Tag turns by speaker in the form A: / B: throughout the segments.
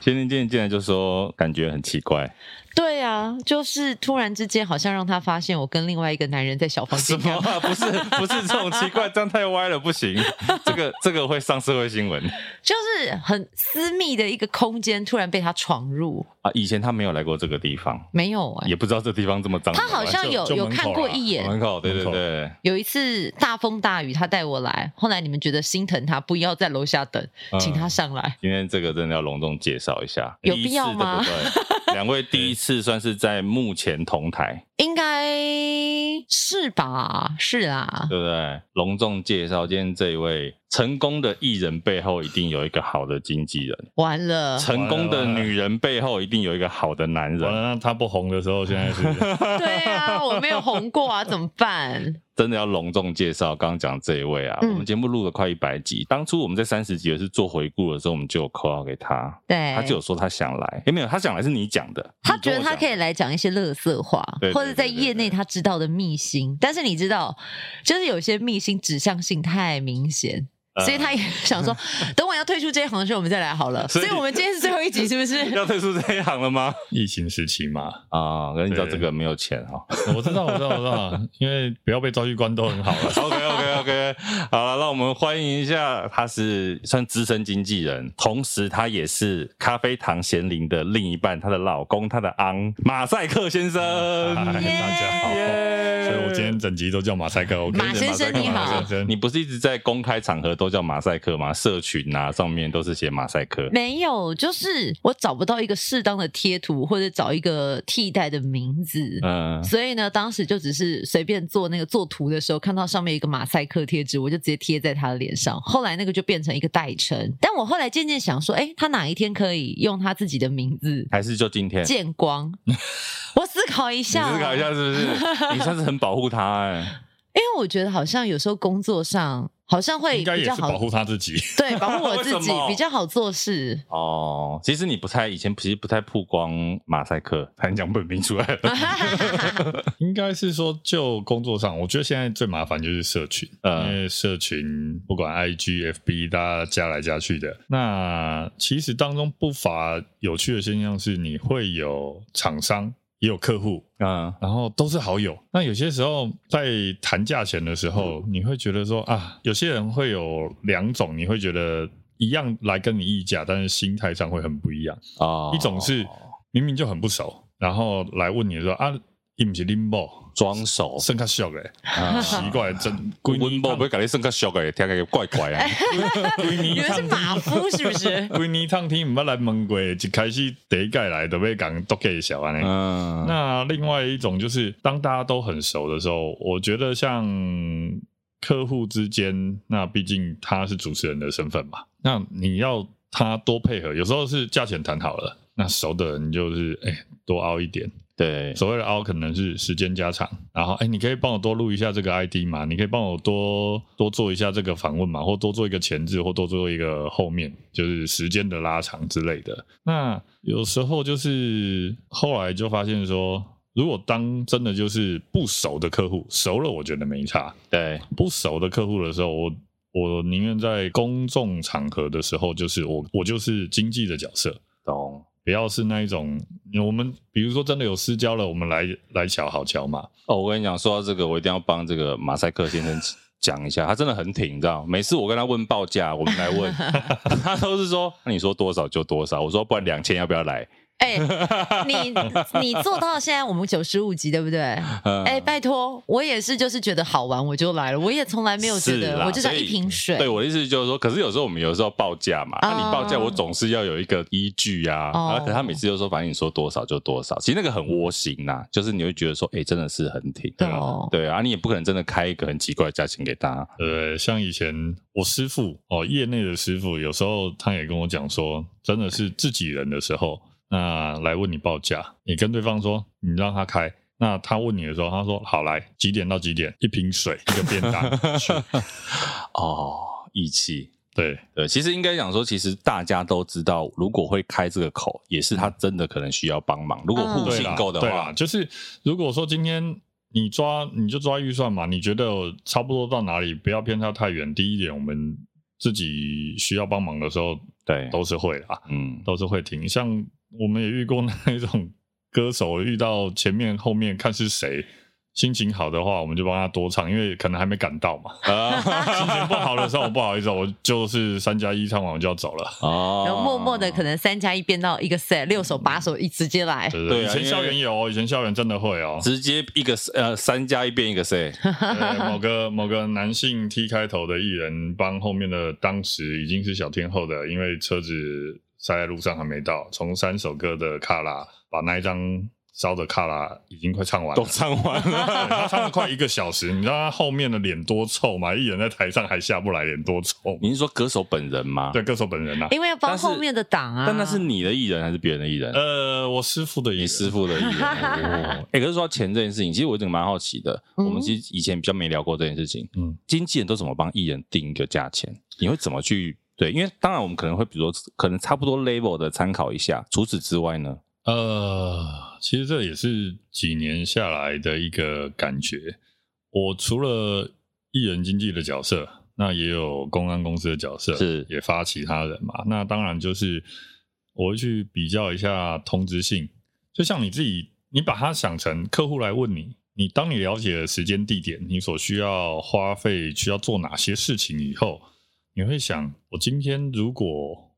A: 仙灵进进来就说感觉很奇怪，
B: 对啊，就是突然之间好像让他发现我跟另外一个男人在小 房
A: 什
B: 间
A: 么、
B: 干嘛。
A: 啊、不是不是这种奇怪，这样太歪了，不 行，这个这个会上社会新闻
B: 就是很私密的一个空间，突然被他闯入，
A: 啊。以前他没有来过这个地方，
B: 没有哎、
A: 也不知道这地方这么脏。
B: 他好像有
C: 就
B: 有
C: 门口
B: 看过
C: 啦
B: 一眼，
A: 啊门口，对对
C: 门口
A: 对，
B: 有一次大风大雨，他带我来，后来你们觉得心疼他，不要在楼下等，
A: 嗯
B: 请他上来。
A: 今天这个真的要隆重介绍一下，
B: 有
A: 第一
B: 必要
A: 次对
B: 吗
A: 不 对？两位第一次算是在幕前同台，
B: 应该是吧？是啊啦，
A: 对不对？隆重介绍今天这一位成功的艺人背后一定有一个好的经纪人，
B: 啊完 了，
A: 成功的女人背后一定有一个好的男
C: 完
A: 人，
C: 了，那他不红的时候，现在 是
B: 对啊，我没有红过啊，怎么办？
A: 真的要隆重介绍。刚刚讲这一位啊，
B: 嗯
A: 我们节目录了快一百集，当初我们在三十集也是做回顾的时候，我们就有 call out 给他，
B: 对，
A: 他就有说他想来，诶，没有，他想来是你讲的，
B: 哎他觉得他可
A: 以，
B: 以来讲一些乐色话，
A: 对对对
B: 或者在业内他知道的秘辛，但是你知道，就是有些秘辛指向性太明显。
A: 呃
B: 所以他也 想说，等我要退出这一行的时候，我们再来好了。
A: 所
B: 所
A: 以
B: 以，我们今天是最后一集，是不是？
A: 要退出这一行了 吗？
C: 疫情时期嘛。
A: 啊，可是你知道
C: 对
A: 这个没有钱哦哈、
C: 我知道，我知道，我知道，因为不要被抓去关都很好啊 了。
A: OK OK OK，好了，让我们欢迎一下，他是算资深经纪人，同时他也是咖啡堂贤玲的另一半，她的老公，她的昂马赛克先生。
C: 嗨，
B: 耶
C: 大家好。
A: 耶
C: 所以我今天整集都叫马赛克，OK？
B: 马先生你好
C: 马先生
A: 你不是一直在公开场合都叫马赛克吗？社群啊上面都是写马赛克。
B: 没有，就是我找不到一个适当的贴图，或者找一个替代的名字。
A: 嗯，
B: 所以呢，当时就只是随便做那个做图的时候，看到上面有一个马赛克贴纸，我就直接贴在他的脸上。后来那个就变成一个代称，但我后来渐渐想说，哎，他哪一天可以用他自己的名字
A: 还是就今天。
B: 见 光？我思考一
A: 你
B: 下，
A: 思考一下是不是？ 你算是很保护他哎、
B: 因为我觉得好像有时候工作上好像会
C: 应该
B: 比
C: 也
B: 较
C: 是
B: 好，
C: 保护他自己。
B: 对保护我
A: 为
B: 自
A: 什
B: 己
A: 么
B: 比较好做事。
A: 哦，其实你不太以前其实不太曝光马赛克，还讲本名出来了。
C: 应该是说，就工作上，我觉得现在最麻烦就是社群，
A: 嗯
C: 因为社群不管 IG、FB，大家加来加去的。那其实当中不乏有趣的现象是，你会有厂商，也有客户，
A: 嗯，
C: 然后都是好友。那有些时候在谈价钱的时候，你会觉得说啊，有些人会有两种，你会觉得一样来跟你议价，但是心态上会很不一样。
A: 哦
C: 一种是明明就很不熟，然后来问你说啊，你不是 limbo，
A: 装熟，
C: 剩下笑嘞，
A: 哦啊
C: 奇怪，真
A: 温某不会。甲你算较俗诶，听起来怪怪啊。
C: 闺
B: 你
C: 女
B: 们是
C: 烫
B: 马夫是不 是？
C: 闺女烫天唔捌来问过，一开始第一届来都被讲都给小安尼。
A: 嗯，
C: 那另外一种就是，当大家都很熟的时候，我觉得像客户之间，那毕竟他是主持人的身份嘛，那你要他多配合，有时候是价钱谈好了，那熟的人就是哎、多凹一点，
A: 对，
C: 所谓的凹可能是时间加长，然后哎、你可以帮我多录一下这个 ID 嘛，你可以帮我多多做一下这个访问嘛，或多做一个前置，或多做一个后面，就是时间的拉长之类的。那有时候就是后来就发现说，如果当真的就是不熟的客户，熟了我觉得没差，
A: 对，
C: 不熟的客户的时候，我我宁愿在公众场合的时候，就是我我就是经济的角色，
A: 懂。
C: 不要是那一种，我们比如说真的有私交了，我们来来瞧好瞧嘛。
A: 哦，我跟你讲，说到这个，我一定要帮这个马赛克先生讲一下，他真的很挺，你知道吗？每次我跟他问报价，我们来 问，他都是说，那你说多少就多少。我说，不然两千要不要来？
B: 哎、你你做到现在我们九十五集对不对？哎、
A: 嗯
B: 拜托，我也是，就是觉得好玩我就来了，我也从来没有觉
A: 是
B: 得
A: 啦
B: 我就像一瓶水。
A: 对，我的意思就是说，可是有时候我们有时候报价嘛，那、
B: 啊
A: 你报价我总是要有一个依据啊。
B: 哦
A: 然后可是他每次就说，反正你说多少就多少，其实那个很窝心呐、就是你会觉得说，哎、真的是很挺，
B: 对哦
A: 对啊，你也不可能真的开一个很奇怪的价钱给他，
C: 呃，像以前我师傅哦，业内的师傅，有时候他也跟我讲说，真的是自己人的时候，那来问你报价，你跟对方说你让他开，那他问你的时候，他说好来几点到几点，一瓶水，一个便当，去
A: 哦，义气。
C: 对，
A: 对，其实应该讲说，其实大家都知道，如果会开这个口，也是
B: 嗯
A: 他真的可能需要帮忙。如果互
C: 对
A: 信
C: 啦
A: 够的
C: 对
A: 话
C: 啦，，就是如果说今天你抓你就抓预算嘛，你觉得差不多到哪里，不要偏差太远。第一点，我们自己需要帮忙的时候，
A: 对，
C: 都是会啦，
A: 嗯，
C: 都是会听。像我们也遇过那一种歌手，遇到前面后面看是谁。心情好的话，我们就帮他多唱，因为可能还没赶到嘛。心 情
A: 啊，
C: 不好的时候，我不好意思，我就是三加一唱完我就要走了。
A: 哦
B: 然后默默的可能三加一变到一个 set，六首八首一直接来，
C: 对
A: 对
C: 以
A: 啊
C: 前
A: 因为
C: 校园有哦，以前校园真的会哦。
A: 直接一个呃三加一变一个 C，
C: 对某个某个男性 T 开头的艺人帮后面的当时已经是小天后的，因为车子塞在路上还没到，从三首歌的卡拉把那一张烧的卡拉已经 快唱完
A: 都
C: 了。
A: 唱完
C: 对 他唱
A: 了。
C: 了快一个小时，你知道他后面的脸多臭吗？艺人在台上还下不来，脸多臭。
A: 你是说歌手本人吗？
C: 对，歌手本人啊，
A: 哎
B: 因为要帮后面的档啊。
A: 但那是你的艺人还是别人的艺人？
C: 呃，我师傅的艺
A: 你
C: 人
A: 师傅的艺 人。哎、可是说到钱这件事情，其实我一直蛮好奇的。
B: 嗯
A: 我们其实以前比较没聊过这件事情。
C: 嗯，
A: 经纪人都怎么帮艺人定一个价钱？你会怎么去？对，因为当然我们可能会，比如说可能差不多 level 的参考一下。除此之外呢？
C: 呃，其实这也是几年下来的一个感觉。我除了艺人经纪的角色，那也有公安公司的角色，
A: 是
C: 也发其他人嘛。那当然就是我会去比较一下通知性，就像你自己，你把它想成客户来问你，你当你了解了时间、地点，你所需要花费、需要做哪些事情以后，你会想，我今天如果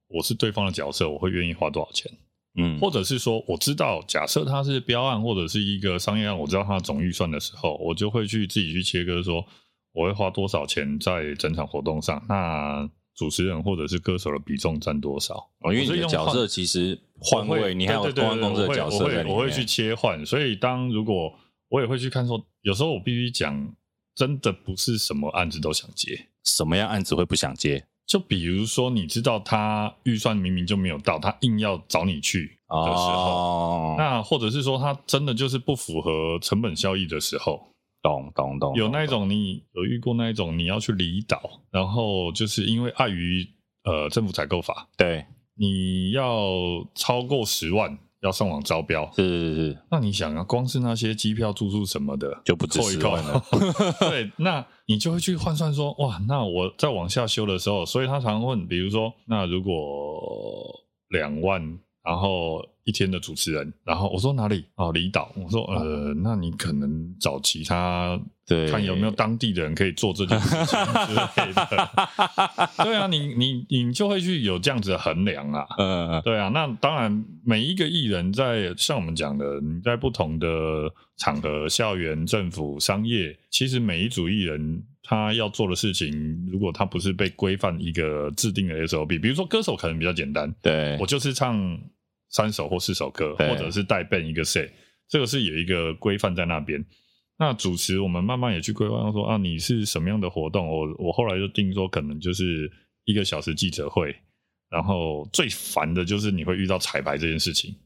C: 我是对方的角色，我会愿意花多少钱？
A: 嗯，
C: 或者是说，我知道，假设它是标案或者是一个商业案，我知道它的总预算的时候，我就会去自己去切割说，我会花多少钱在整场活动上，那主持人或者是歌手的比重占多少？
A: 哦因为
C: 我
A: 你
C: 是
A: 的
C: 用
A: 角
C: 换
A: 色其实换
C: 我
A: 位，
C: 会
A: 你还有
C: 对对
A: 公
C: 对
A: 关公司的
C: 对
A: 角
C: 我
A: 色
C: 会
A: 在
C: 我
A: 里
C: 会
A: 面。
C: 我会去切换，所以当如果我也会去看说，有时候我必须讲，真的不是什么案子都想接。
A: 什么样案子会不想接？
C: 就比如说，你知道他预算明明就没有到，他硬要找你去的时候，
A: 哦，
C: 那或者是说，它真的就是不符合成本效益的时候，
A: 懂懂懂，
C: 有那
A: 懂
C: 一种你有遇过那一种你要去离岛，然后就是因为碍于呃政府采购法，
A: 对，
C: 你要超过十万要上网招标，
A: 是是是，
C: 那你想啊，光是那些机票、住宿什么的
A: 就不止
C: 扣一
A: 10
C: 扣
A: 万 了。
C: 对，那你就会去换算说，哇，那我再往下修的时候，所以他常问，比如说，那如果两万，然后一天的主持人，然后我说哪里？哦，离岛。我说呃，那你可能找其他，
A: 对
C: 看有没有当地的人可以做这件事情之类 的。对啊，你你你就会去有这样子的衡量啊。
A: 呃，
C: 对啊，那当然，每一个艺人在像我们讲的，你在不同的场合，校园、政府、商业，其实每一组艺人他要做的事情，如果他不是被规范一个制定的 SOP，比如说歌手可能比较简单，
A: 对
C: 我，就是唱三首或四首歌，
A: 对
C: 或者是带 b 一个 set，这个是有一个规范在那边。那主持我们慢慢也去规范说啊，你是什么样的活动？我我后来就定说，可能就是一个小时记者会。然后最烦的就是你会遇到彩排这件事情。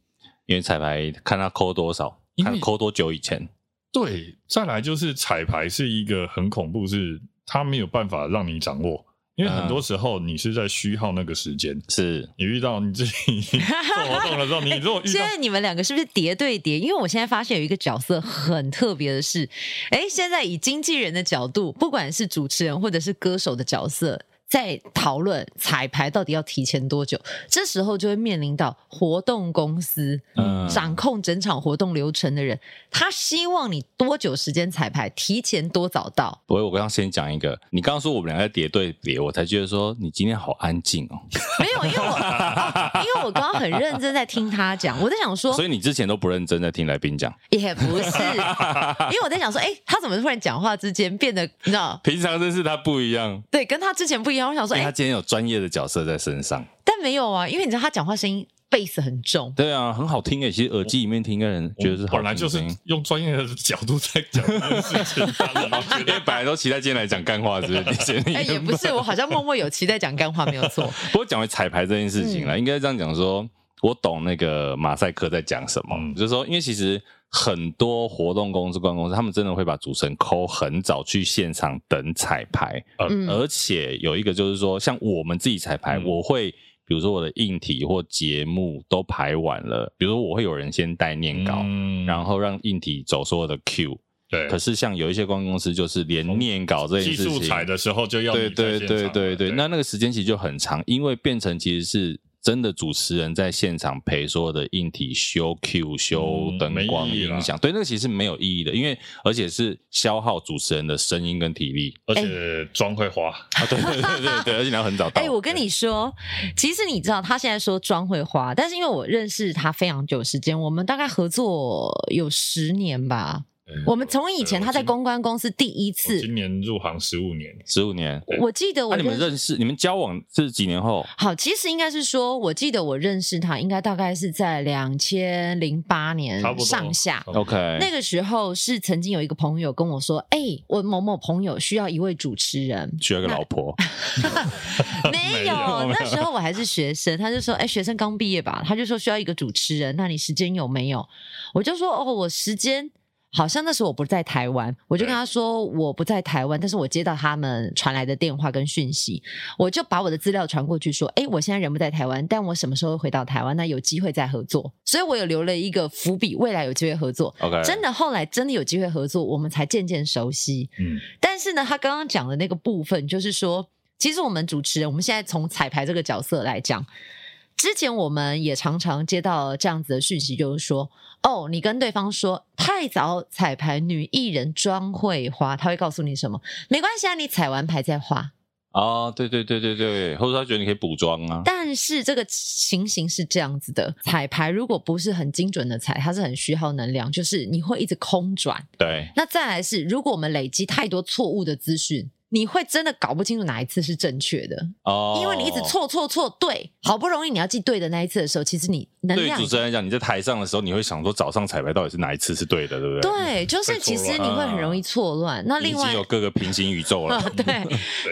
A: 因为彩排看他抠多少，
C: 因为
A: 看抠多久以前，
C: 对，再来就是彩排是一个很恐怖，是它没有办法让你掌握，因为很多时候你是在虚耗那个时间。
A: 是
C: 你遇到你自己做活动的时候，你如果遇
B: 现
C: 到
B: 在你们两个是不是叠对叠？因为我现在发现有一个角色很特别的是，哎，现在以经纪人的角度，不管是主持人或者是歌手的角色，在讨论彩排到底要提前多久，这时候就会面临到活动公司。
A: 嗯
B: 掌控整场活动流程的人，他希望你多久时间彩排，提前多早到。
A: 不会，我刚刚先讲一个，你刚刚说我们俩在叠对叠，我才觉得说你今天好安静哦，
B: 没有，因为我因为我刚刚很认真在听他讲，我在想说
A: 所，以你之前都不认真在听来宾讲，
B: 也不是，因为我在想说，哎、他怎么突然讲话之间变得，你知道，
A: 平常真是他不一样，
B: 对，跟他之前不一样。我想说，
A: 因为
B: 哎、
A: 他今天有专业的角色在身上，
B: 但没有啊，因为你知道他讲话声音 bass 很重，
A: 对啊，很好听诶，其实耳机里面听，个人觉得是好
C: 本来
A: 听
C: 就
A: 的
C: 是
A: 声音
C: 用专业的角度在讲这件事情，当然我觉
A: 因为
C: 得
A: 本来都期待今天来讲干话之 类的，谢谢你
B: 哎、也不是，我好像默默有期待讲干话，没有错。
A: 不过讲回彩排这件事情啦，
C: 嗯
A: 应该这样讲说，我懂那个马赛克在讲什么，
C: 嗯
A: 就是说，因为其实很多活动公司、观光公司，他们真的会把主持人抠很早去现场等彩排，
B: 嗯，
A: 而且有一个就是说，像我们自己彩排，
C: 嗯
A: 我会。比如说我的硬体或节目都排完了，比如说我会有人先带念稿，
C: 嗯
A: 然后让硬体走所有的 Q，
C: 对，
A: 可是像有一些广告公司，就是连念稿这件
C: 技
A: 事情，
C: 术材的时候就要
A: 对
C: 你在
A: 对
C: 现场
A: 对
C: 了
A: 对对，那那个时间其实就很长，因为变成其实是真的主持人在现场陪所有的硬体修 Q、修
C: 嗯没
A: 灯光、
C: 意义啦
A: 音响，对，那个其实是没有意义的，因为而且是消耗主持人的声音跟体力
C: 而且妆会花，
A: 啊，对对对对对，而且你要很早到。
B: 哎、我跟你说，其实你知道，他现在说妆会花，但是因为我认识他非常久时间，我们大概合作有十年吧。我们从以前
C: 对
B: 他在
C: 我今
B: 公关公司第一
C: 我
B: 次，
C: 今年入行十五年，
A: 十五年，
C: 对
B: 我记得
A: 那、
B: 我
A: 啊你们认识、你们交往是几年后？
C: 哦
B: 好，其实应该是说，我记得我认识他，应该大概是在两千零八年
C: 差不多
B: 上下。
C: 差不多
A: OK，
B: 那个时候是曾经有一个朋友跟我说：“哎、我某某朋友需要一位主持人。
A: 娶了个老 婆，
B: 没
C: 没
B: 有
C: 有，
B: 那时候我还是学生，他就说：“哎、学生刚毕业吧？”他就说需要一个主持人，那你时间有没有？我就说：“哦，我时间好像那时候我不在台湾，我就跟他说我不在台湾，但是我接到他们传来的电话跟讯息，我就把我的资料传过去说：哎、我现在人不在台湾，但我什么时候会回到台湾？那有机会再合作。所以我有留了一个伏笔，未来有机会合作。”
C: 哎
A: OK，
B: 真的，后来真的有机会合作，我们才渐渐熟悉。
C: 嗯，
B: 但是呢，他刚刚讲的那个部分，就是说，其实我们主持人，我们现在从彩排这个角色来讲，之前我们也常常接到这样子的讯息，就是说，哦，你跟对方说太早彩排女艺人妆会花，他会告诉你什么？没关系啊，你彩完牌再花。
A: 哦，对对对对对，或者他觉得你可以补妆啊，
B: 但是这个情形是这样子的，彩排如果不是很精准的彩，它是很虚耗能量，就是你会一直空转。
A: 对，
B: 那再来是，如果我们累积太多错误的资讯，你会真的搞不清楚哪一次是正确的，
A: 哦，
B: 因为你一直。错错错对，好不容易你要记对的那一次的时候，其实你能
A: 对于
B: 量
A: 主持人来讲，你在台上的时候，你会想说早上彩排到底是哪一次是对的，对不对？
B: 对，就是其实你会很容易错乱。那
A: 啊已
B: 另
A: 经
B: 外
A: 有。各个平行宇宙了
B: 啊。，对。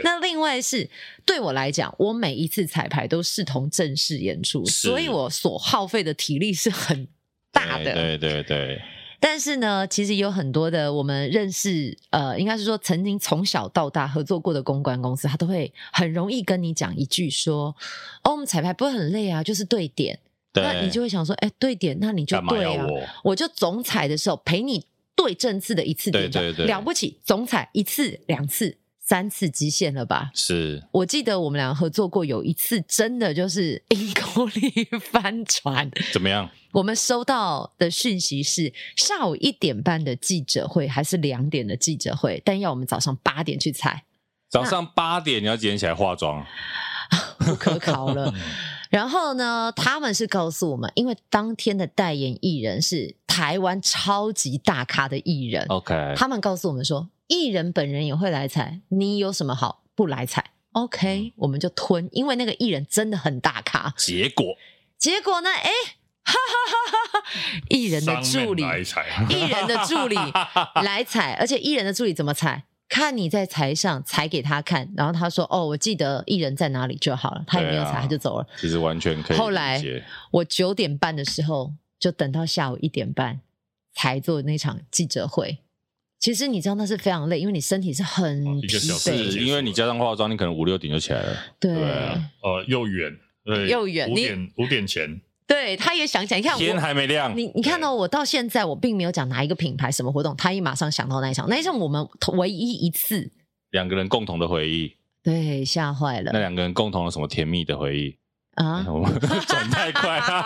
B: 那另外是对我来讲，我每一次彩排都视同正式演出，
A: 是
B: 所以我所耗费的体力是很 大的。
A: 对对对对，
B: 但是呢，其实有很多的我们认识，呃，应该是说曾经从小到大合作过的公关公司，他都会很容易跟你讲一句说：“哦，我们彩排不会很累啊，就是对点。”
A: 对
B: 那你就会想说：“哎，对点，那你就
A: 干嘛
B: 对
A: 要
B: 啊，
A: 我？
B: 就总彩的时候陪你对正次的一次点就好
A: 对对对
B: 了不起，总彩一次、两次、三次极限了吧？”
A: 是
B: 我记得我们俩合作过有一次，真的就是阴沟里 翻船，
A: 怎么样？
B: 我们收到的讯息是下午一点半的记者会，还是两点的记者会？但要我们早上八点去采，
A: 早上八点你要几点起来化妆？
B: 不可考了。然后呢，他们是告诉我们，因为当天的代言艺人是台湾超级大咖的艺人，
A: OK，
B: 他们告诉我们说，艺人本人也会来采，你有什么好不来采？OK，、我们就吞，因为那个艺人真的很大咖。
A: 结果
B: 结果呢，哎，哈哈哈哈哈，艺人的
C: 商面
B: 助理
C: 来 财，
B: 艺人的助理来踩，而且艺人的助理怎么踩？看你在台上踩给他看，然后他说：“哦，我记得艺人在哪里就好了。”他也没有踩，
A: 对啊
B: 他就走了。
A: 其实完全可以理解。
B: 后来我九点半的时候就等到下午一点半才做那场记者会。其实你知道那是非常累，因为你身体是很
C: 哦一
B: 疲
C: 个小时
B: 惫，
A: 是因为你加上化妆，你可能五六点就起来了。对
B: 对
A: 啊
C: 呃，又远，对，
B: 又远
C: 五
B: 你
C: 点五点前，
B: 对，他也想起来，你看
A: 天啊
B: 我。
A: 还没亮，
B: 你你看到、我到现在，我并没有讲哪一个品牌什么活动，他也马上想到那一场，那一场我们唯一一次，
A: 两个人共同的回忆，
B: 对，吓坏了
A: 那两个人共同有什么甜蜜的回忆？哎
B: 啊！
A: 我 们转太快 了。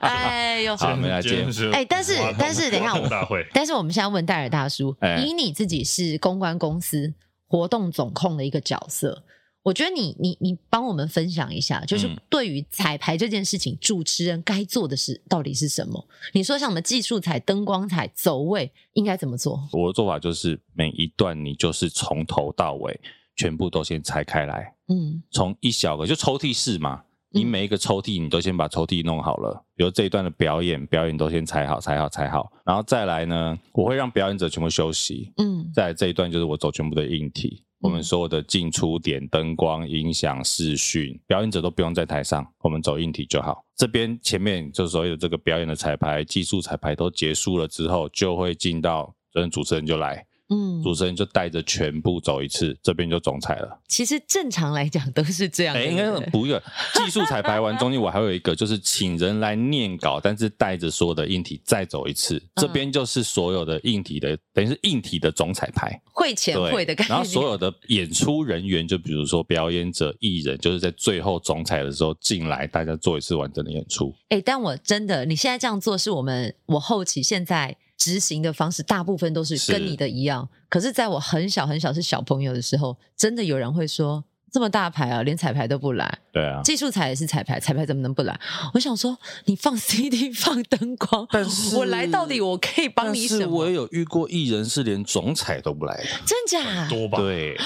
B: 哎呦，
A: 好我们来接
C: 是
B: 哎但是
C: 华通
B: 但是等一下
C: 华通
B: 我
C: 大会，
B: 但是我们现在问戴尔大叔，
A: 哎
B: 以你自己是公关公司活动总控的一个角色，我觉得你你你帮我们分享一下，就是
A: 嗯
B: 对于彩排这件事情，主持人该做的事到底是什么？你说像我们技术彩、灯光彩、走位应该怎么做？
A: 我的做法就是每一段你就是从头到尾全部都先拆开来，
B: 嗯
A: 从一小个就抽屉式嘛，你
B: 嗯
A: 每一个抽屉你都先把抽屉弄好了，比如这一段的表演，表演都先裁好、裁好、裁好，然后再来呢，我会让表演者全部休息，
B: 嗯
A: 再来这一段就是我走全部的硬体，我们所有的进出点、灯光、音响、视讯，表演者都不用在台上，我们走硬体就好。这边前面就所有的这个表演的彩排、技术彩排都结束了之后，就会进到，嗯，主持人就来。
B: 嗯，
A: 主持人就带着全部走一次，这边就总裁了。
B: 其实正常来讲都是这样。
A: 哎，
B: 对
A: 应
B: 不
A: 该
B: 对
A: 不用技术彩排完，中间我还有一个就是请人来念稿，但是带着所有的硬体再走一次，这
B: 嗯
A: 边就是所有的硬体的，等于是硬体的总彩排。
B: 会前会的概
A: 对，
B: 念。
A: 然后所有的演出人员，就比如说表演者、艺人，就是在最后总彩的时候进来，大家做一次完整的演出。
B: 哎、但我真的，你现在这样做是我们我后期现在执行的方式，大部分都是
A: 是
B: 跟你的一样。可是，在我很小很小是小朋友的时候，真的有人会说。这么大牌啊，连彩排都不来，
A: 对啊，
B: 技术彩也是彩排，彩排怎么能不来？我想说，你放 CD 放灯光，
A: 但是
B: 我来到底我可以帮你
A: 但
B: 什
A: 是我
B: 么
A: 也？有遇过艺人是连总彩都不来的，
B: 真假？，
C: 多吧？
A: 对，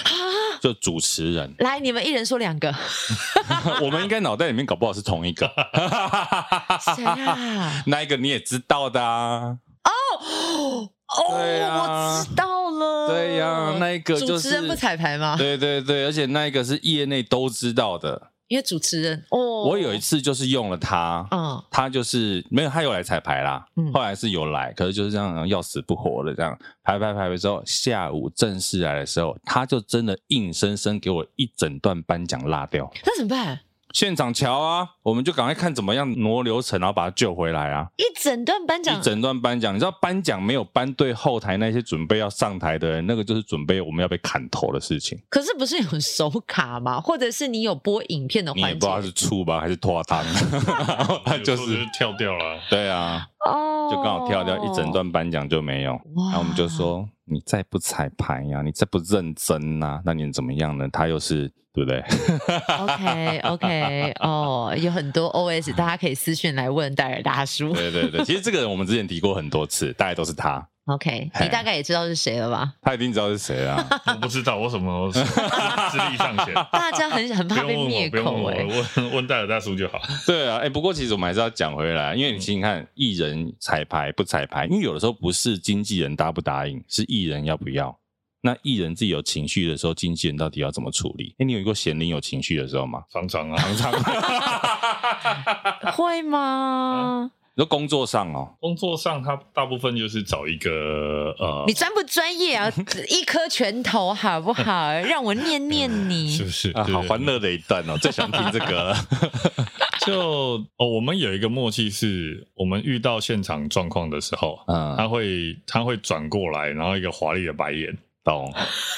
A: 就主持人
B: 来，你们一人说两个，
A: 我们应该脑袋里面搞不好是同一个。
B: 谁啊？
A: 那一个你也知道的啊，
B: 哦，
A: 对啊
B: 我知道了。
A: 对呀那一个就
B: 主持人
A: 是
B: 不彩排吗？
A: 对对对，而且那一个是业内都知道的。
B: 因为主持人哦，
A: 我有一次就是用了它，
B: 嗯
A: 它就是没有，它有来彩排啦
B: 嗯，
A: 后来是有来，可是就是这样要死不活的这样排排排的时候，下午正式来的时候，他就真的硬生生给我一整段颁奖落掉，
B: 那怎么办？
A: 现场瞧啊，我们就赶快看怎么样挪流程，然后把它救回来啊。
B: 一整段颁奖
A: 一整段颁奖，你知道颁奖没有颁对后台那些准备要上台的人，那个就是准备我们要被砍头的事情。
B: 可是不是有手卡吗？或者是你有播影片的
A: 你也
B: 环
A: 不知
B: 节
A: 道是醋吧还是拖汤， 他就
C: 有时候
A: 是
C: 跳掉了。
A: 对啊，
B: 哦
A: 就刚好跳掉一整。段颁奖就没有。
B: 哇
A: 然后我们就说你再不彩排呀、你再不认真呐、那你怎么样呢？他又是对不对？
B: OK OK 哦，有很多 OS，大家可以私讯来问戴尔大叔。
A: 对对 对，其实这个人我们之前提过很多次，大概都是他，
B: OK，
A: 嘿
B: 你大概也知道是谁了吧？
A: 他一定知道是谁啊。
C: 我不知道我什 么资历尚浅，
B: 大家很很
C: 不
B: 怕
C: 用
B: 被
C: 问我，
B: 灭
C: 不用问
B: 口
C: 我，
B: 哎、
C: 问问戴尔大叔就好。
A: 对啊，哎、不过其实我们还是要讲回来，因为
C: 嗯
A: 你请看艺人彩排不彩排，因为有的时候不是经纪人答不答应，是艺人要不要。那艺人自己有情绪的时候，经纪人到底要怎么处理？哎、你有遇过贤玲有情绪的时候吗？
C: 常常啊，常常
B: 欸 会吗？
A: 你说工作上哦，
C: 工作上他大部分就是找一个呃
B: 你，专不专 业啊？一颗拳头好不好？让我念 念
C: 是不
B: 你。
C: 是
A: 啊，好欢？乐的一段哦，最喜欢听这个 了。
C: 对对就哦，我们有一个默契是，我们遇到现场状况的时候，
A: 嗯，
C: 他会他会转过来，然后一个华丽的 白眼，
A: 懂，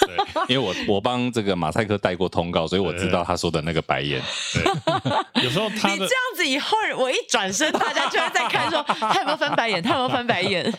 C: 对
A: 因为我我帮这个马赛克带过通告，所以我知道他说的那个白眼。
C: 对，有时候他
B: 你这
C: 的
B: 样子以后，我一转身，大家就会在 看说他有没有翻白眼，他有没有翻白眼。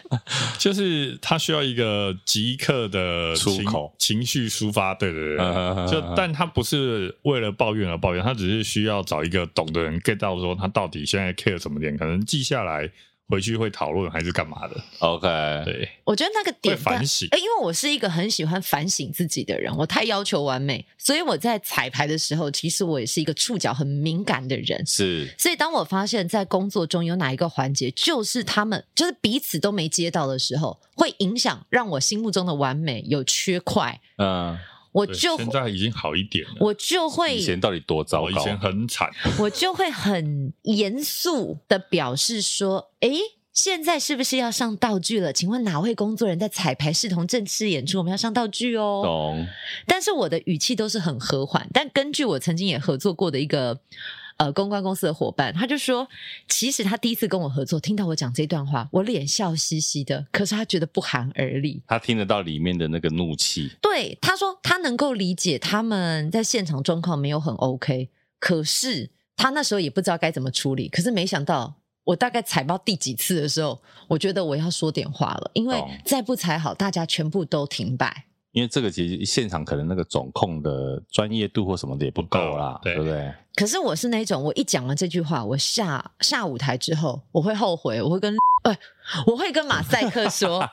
C: 就是他需要一个即刻的
A: 出
C: 情
A: 口
C: 情绪抒发，对对对
A: 嗯嗯嗯嗯
C: 对，就但他不是为了抱怨而抱怨，他只是需要找一个懂的人 get 到说他到底现在 care 什么点，可能记下来回去会讨论还是干嘛的，
A: OK，
C: 对，
B: 我觉得那个
C: 会
B: 点在
C: 反省
B: 哎、。因为我是一个很喜欢反省自己的人，我太要求完美，所以我在彩排的时候，其实我也是一个触角很敏感的人。
A: 是
B: 所以，当我发现，在工作中有哪一个环节，就是他们就是彼此都没接到的时候，会影响让我心目中的完美有缺块，
A: 嗯，
B: 我
C: 对
B: 就
C: 现在已经好一点了。
B: 我就会
A: 以前到底多糟
C: 我以
A: 糕？
C: 前很惨，
B: 我就会很严肃的表示说：“诶，现在是不是要上道具了？请问哪位工作人员在彩排视同正式演出？我们要上道具哦。
A: 懂，”
B: 但是我的语气都是很和缓。但根据我曾经也合作过的一个呃公关公司的伙伴，他就说，其实他第一次跟我合作，听到我讲这段话，我脸笑嘻嘻的，可是他觉得不寒而栗。
A: 他听得到里面的那个怒气。
B: 对，他说他能够理解他们在现场状况没有很 OK，可是他那时候也不知道该怎么处理。可是没想到，我大概踩到第几次的时候，我觉得我要说点话了，因为
A: 懂
B: 再不踩好，大家全部都停摆。
A: 因为这个其实现场可能那个总控的专业度或什么的也不够啦，
C: 不够对
A: 对
C: 哎
A: 不对？
B: 可是我是那种，我一讲完这句话，我下下舞台之后，我会后悔，我会 跟哎、我会跟马赛克说，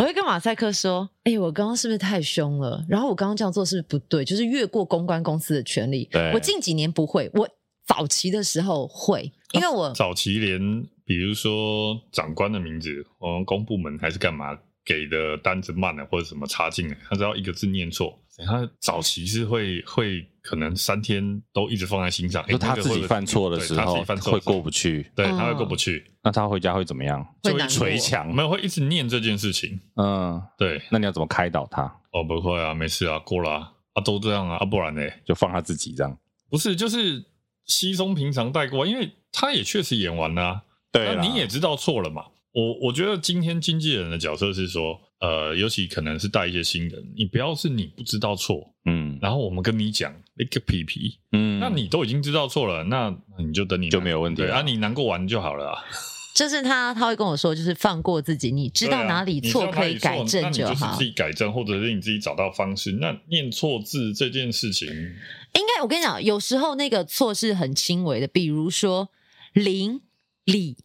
B: 我会跟马赛克说，哎、我刚刚是不是太凶了？然后我刚刚这样做是不是不对？就是越过公关公司的权利
A: 对。
B: 我近几年不会，我早期的时候会，因为我
C: 早期连比如说长官的名字，我们公部门还是干嘛，给的单子慢了或者什么插进来，他只要一个字念错，他早期是会会可能三天都一直放在心上，
A: 就他自己犯错的时
C: 对他自
A: 候
C: 己犯错
A: 会
C: 的时候
A: 过不去，
C: 对，
B: 嗯
C: 他会过不去，
A: 那他回家会怎么样？
B: 会
C: 就
B: 难
C: 一
B: 过
A: 捶墙
C: 我们会一直念这件事情，
A: 嗯，
C: 对，
A: 那你要怎么开导他？
C: 哦，不会啊，没事啊，过了啊，啊都这样啊，啊不然呢？
A: 就放他自己这样。
C: 不是，就是稀松平常带过，因为他也确实演完了、啊，那
A: 啦
C: 你也知道错了嘛。我我觉得今天经纪人的角色是说，呃，尤其可能是带一些新人，你不要是你不知道错，
A: 嗯
C: 然后我们跟你讲那个皮皮，
A: 嗯，
C: 那你都已经知道错了，那那你就等你
A: 就没有问题
C: 对
A: 了
C: 啊，你难过完就好了啊、
B: 就是他他会跟我说，就是放过自己，你知
C: 对
B: 道
C: 啊
B: 哪里
C: 你知
B: 错
C: 道
B: 可以
C: 哪里
B: 改
C: 错那
B: 正
C: 你就是
B: 好
C: 自。己改正，或者是你自己找到方式。那念错字这件事情，
B: 应该我跟你讲，有时候那个错是很轻微的，比如说林李，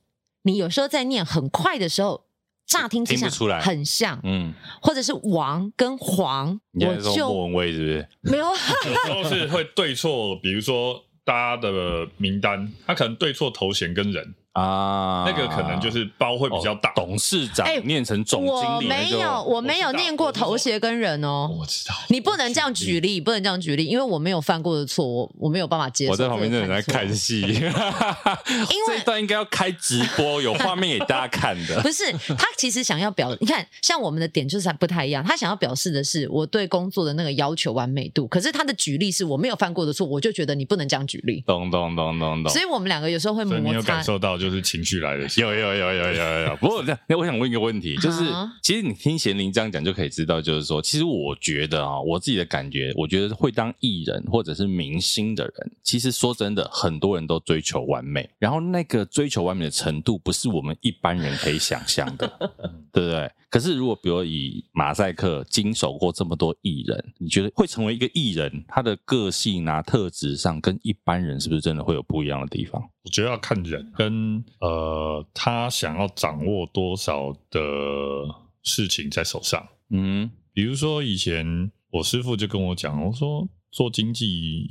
B: 你有时候在念很快的时候，乍听之
A: 听
B: 下
A: 不出来
B: 很像，
A: 嗯，
B: 或者是王跟黄，
A: 你现
B: 我
A: 在说莫
B: 就
A: 文蔚是不是？
B: 没有。
C: 有时候是会对错，比如说大家的名单，他可能对错头衔跟人，
A: 啊，哦
C: 那个可能就是包会比较大。
A: 董事长
B: 哎
A: 念成总
B: 我
A: 经理，
B: 没
A: 那就
B: 有，我没有
C: 我知道
B: 念过
C: 我知道
B: 头衔跟人哦。
C: 我知道，
B: 你不能这样举例，不能这样举例，因为我没有犯过的错，我我没有办法接受。
A: 我在旁边真的在看
B: 这个
A: 戏，因为 这一段应该要开直播，有画面给大家看
B: 错。
A: 的。
B: 不是他其实想要表，你看像我们的点就是不太一样。他想要表示的是我对工作的那个要求完美度，可是他的举例是我没有犯过的错，我就觉得你不能这样举例。
A: 咚咚咚咚咚
B: 所，嗯以我们两个有时候会
C: 所以你
B: 摩
C: 有
B: 擦
C: 感。受到就是情绪来的时
A: 有有有有有有。啊不过那那我想问一个问题，就是
B: 好
A: 其实你听贤玲这样讲就可以知道，就是说，其实我觉得啊，我自己的感觉，我觉得会当艺人或者是明星的人，其实说真的，很多人都追求完美，然后那个追求完美的程度，不是我们一般人可以想象的。
C: 候，嗯
A: 对不对？可是如果比如以马赛克经手过这么多艺人，你觉得会成为一个艺人，他的个性啊、特质上跟一般人是不是真的会有不一样的地方？
C: 我觉得要看人跟呃，他想要掌握多少的事情在手上。
A: 嗯，
C: 比如说以前我师傅就跟我讲，我说做经济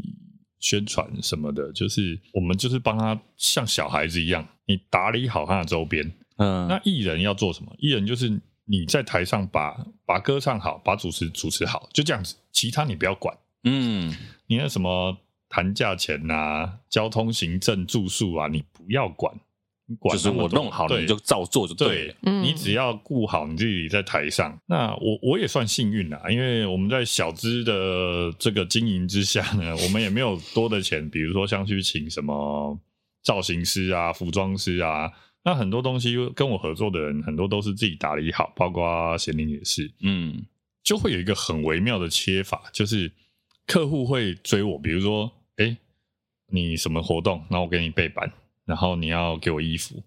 C: 宣传什么的，就是我们就是帮他像小孩子一样，你打理好他的周边。
A: 嗯
C: 那艺人要做什么？艺人就是你在台上把把歌唱好，把主持主持好，就这样子，其他你不要管。
A: 嗯
C: 你那什么谈价钱呐、交通、行政、住宿啊，你不要管，你管
A: 就是
C: 那么
A: 我
C: 多
A: 弄好了
C: 对
A: 你就照做就对
C: 对
A: 了。，
B: 嗯
C: 你只要顾好你自己在台上，那我我也算幸运啦，啊因为我们在小资的这个经营之下 呢，我们也没有多的钱，比如说像去请什么造型师啊、服装师啊，那很多东西跟我合作的人很多都是自己打理好，包括贤玲也是，
A: 嗯
C: 就会有一个很微妙的切法，就是客户会追我，比如说，哎，你什么活动，然后我给你背板，然后你要给我衣服，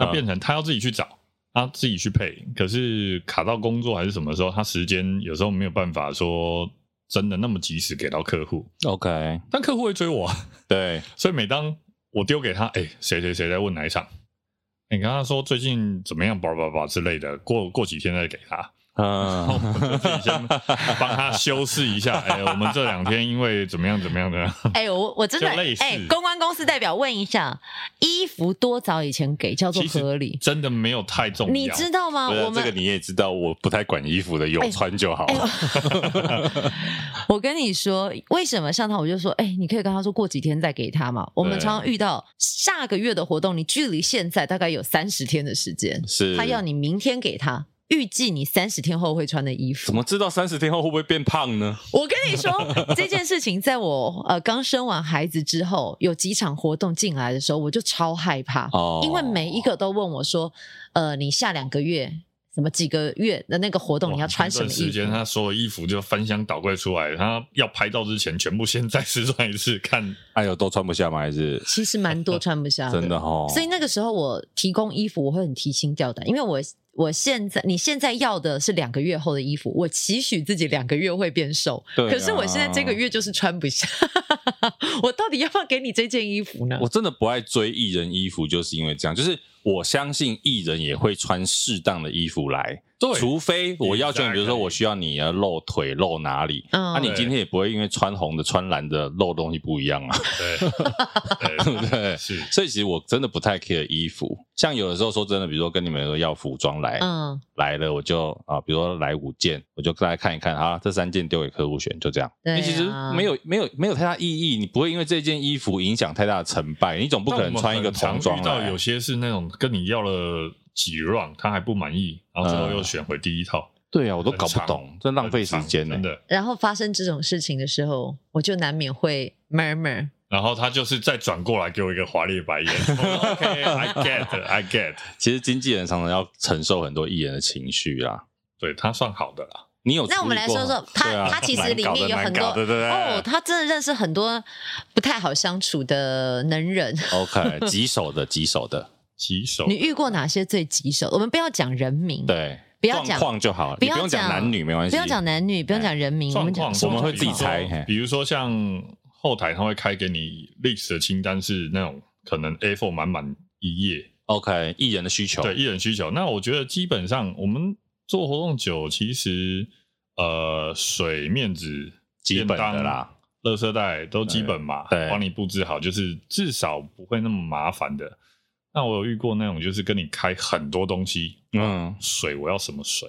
C: 那
A: 啊
C: 变成他要自己去找，他自己去配，可是卡到工作还是什么时候，他时间有时候没有办法说真的那么及时给到客户，
A: ，OK，
C: 但客户会追我啊，
A: 对，
C: 所以每当我丢给他，哎、谁谁谁在问哪一场，你跟他说最近怎么样，叭叭叭之类的，过过几天再给他， 然后我就自己 先
A: 嗯，
C: 帮他修饰一下。哎，我们这两天因为怎么样怎么样的，
B: 哎、我我真的
C: 就类似
B: 哎、公关公司代表问一下，衣服多早以前给叫做
C: 其实
B: 合理？
C: 真的没有太重要。
B: 你知道吗？
A: 不是
B: 我
A: 啊这
B: 们
A: 个你也知道，我不太管衣服的，有
B: 哎
A: 穿就好。
B: 我跟你说，为什么像他，我就说，哎、你可以跟他说过几天再给他嘛。我们
A: 对
B: 常常遇到下个月的活动，你距离现在大概有三十天的时间，
A: 是
B: 他要你明天给他。预计你三十天后会穿的衣
A: 怎
B: 服，
A: 么知道三十天后会不会变胖呢？
B: 我跟你说这件事情，在我呃刚生完孩子之后，有几场活动进来的时候，我就超害怕，
A: 哦
B: 因为每一个都问我说，呃，你下两个月什么几个月的那个活动，你要穿什么
C: 哇那段
B: 衣
C: 时
B: 服
C: 间？他所有衣服就翻箱倒柜出来，他要拍照之前全部先再试穿一次，看
A: 哎呦，都穿不下吗？还是
B: 其实蛮多穿不下
A: 真的哦？
B: 啊所以那个时候我提供衣服，我会很提心吊胆，因为我我现在你现在要的是两个月后的衣服，我期许自己两个月会变瘦，
A: 对啊
B: 可是我现在这个月就是穿不下， 我到底要不要给你这件衣服呢？
A: 我真的不爱追艺人衣服，就是因为这样。就是我相信艺人也会穿适当的衣服来，
C: 对
A: 除非我要求你，比如说
C: Exactly
A: 我需要你要露腿露哪里，
B: 嗯
A: 啊，你
C: 对
A: 今天也不会因为穿红的穿蓝的露东西不一样啊，对
C: 对
A: 不对？
C: 是
A: 所以其实我真的不太 care 衣服，像有的时候说真的，比如说跟你们说要服装来、
B: 嗯，
A: 来了，我就啊，比如说来五件，我就大家看一看，好，这三件丢给客户选，就这样。
B: 对啊
A: 你其实没有没有没有太大意义，你不会因为这件衣服影响太大的成败，你总不可能穿一个童装啊
C: 遇到
A: 来
C: 有。些是那种跟你要了几 round，他还不满意，然后最后又选回第一套，
A: 对啊，我都搞不
C: 很长
A: 懂，这浪费时间呢、
C: 真的。
B: 然后发生这种事情的时候，我就难免会 murmur，
C: 然后他就是再转过来给我一个华丽的白眼。OK，I get，I get。
A: 其实经纪人常常要承受很多艺人的情绪啦。
C: 对他算好的啦，
A: 你有
B: 那我们来
A: 处理过
B: 说说他
A: 对啊
B: 他其实里面有很多
C: 难搞的难搞的对不对？
B: 哦，他真的认识很多不太好相处的能 人。
A: OK 棘手的棘手的，
C: 棘手
B: 你遇过哪些最棘手？我们不要讲人名，
A: 对，
B: 不要
A: 状
B: 讲
A: 况就好了，
B: 不
A: 你不
B: 要
A: 用讲
B: 讲
A: 男女没关
B: 不
A: 系，哎
B: 要讲男女，不要讲人名，我
C: 状
B: 们
C: 况
B: 讲，
A: 我们会自己
B: 状况
A: 猜嘿
C: 比如说像后台他会开给你 list 的清单是那种可能 A4 满满一页，
A: OK 艺人的需求，
C: 对艺人需求。那我觉得基本上我们做活动酒，其实呃水面纸、
A: 基本的
C: 便
A: 啦
C: 当、垃圾袋都基本嘛，
A: 对对
C: 帮你布置好，就是至少不会那么麻烦的。那我有遇过那种，就是跟你开很多东西，
A: 嗯，
C: 水我要什么水，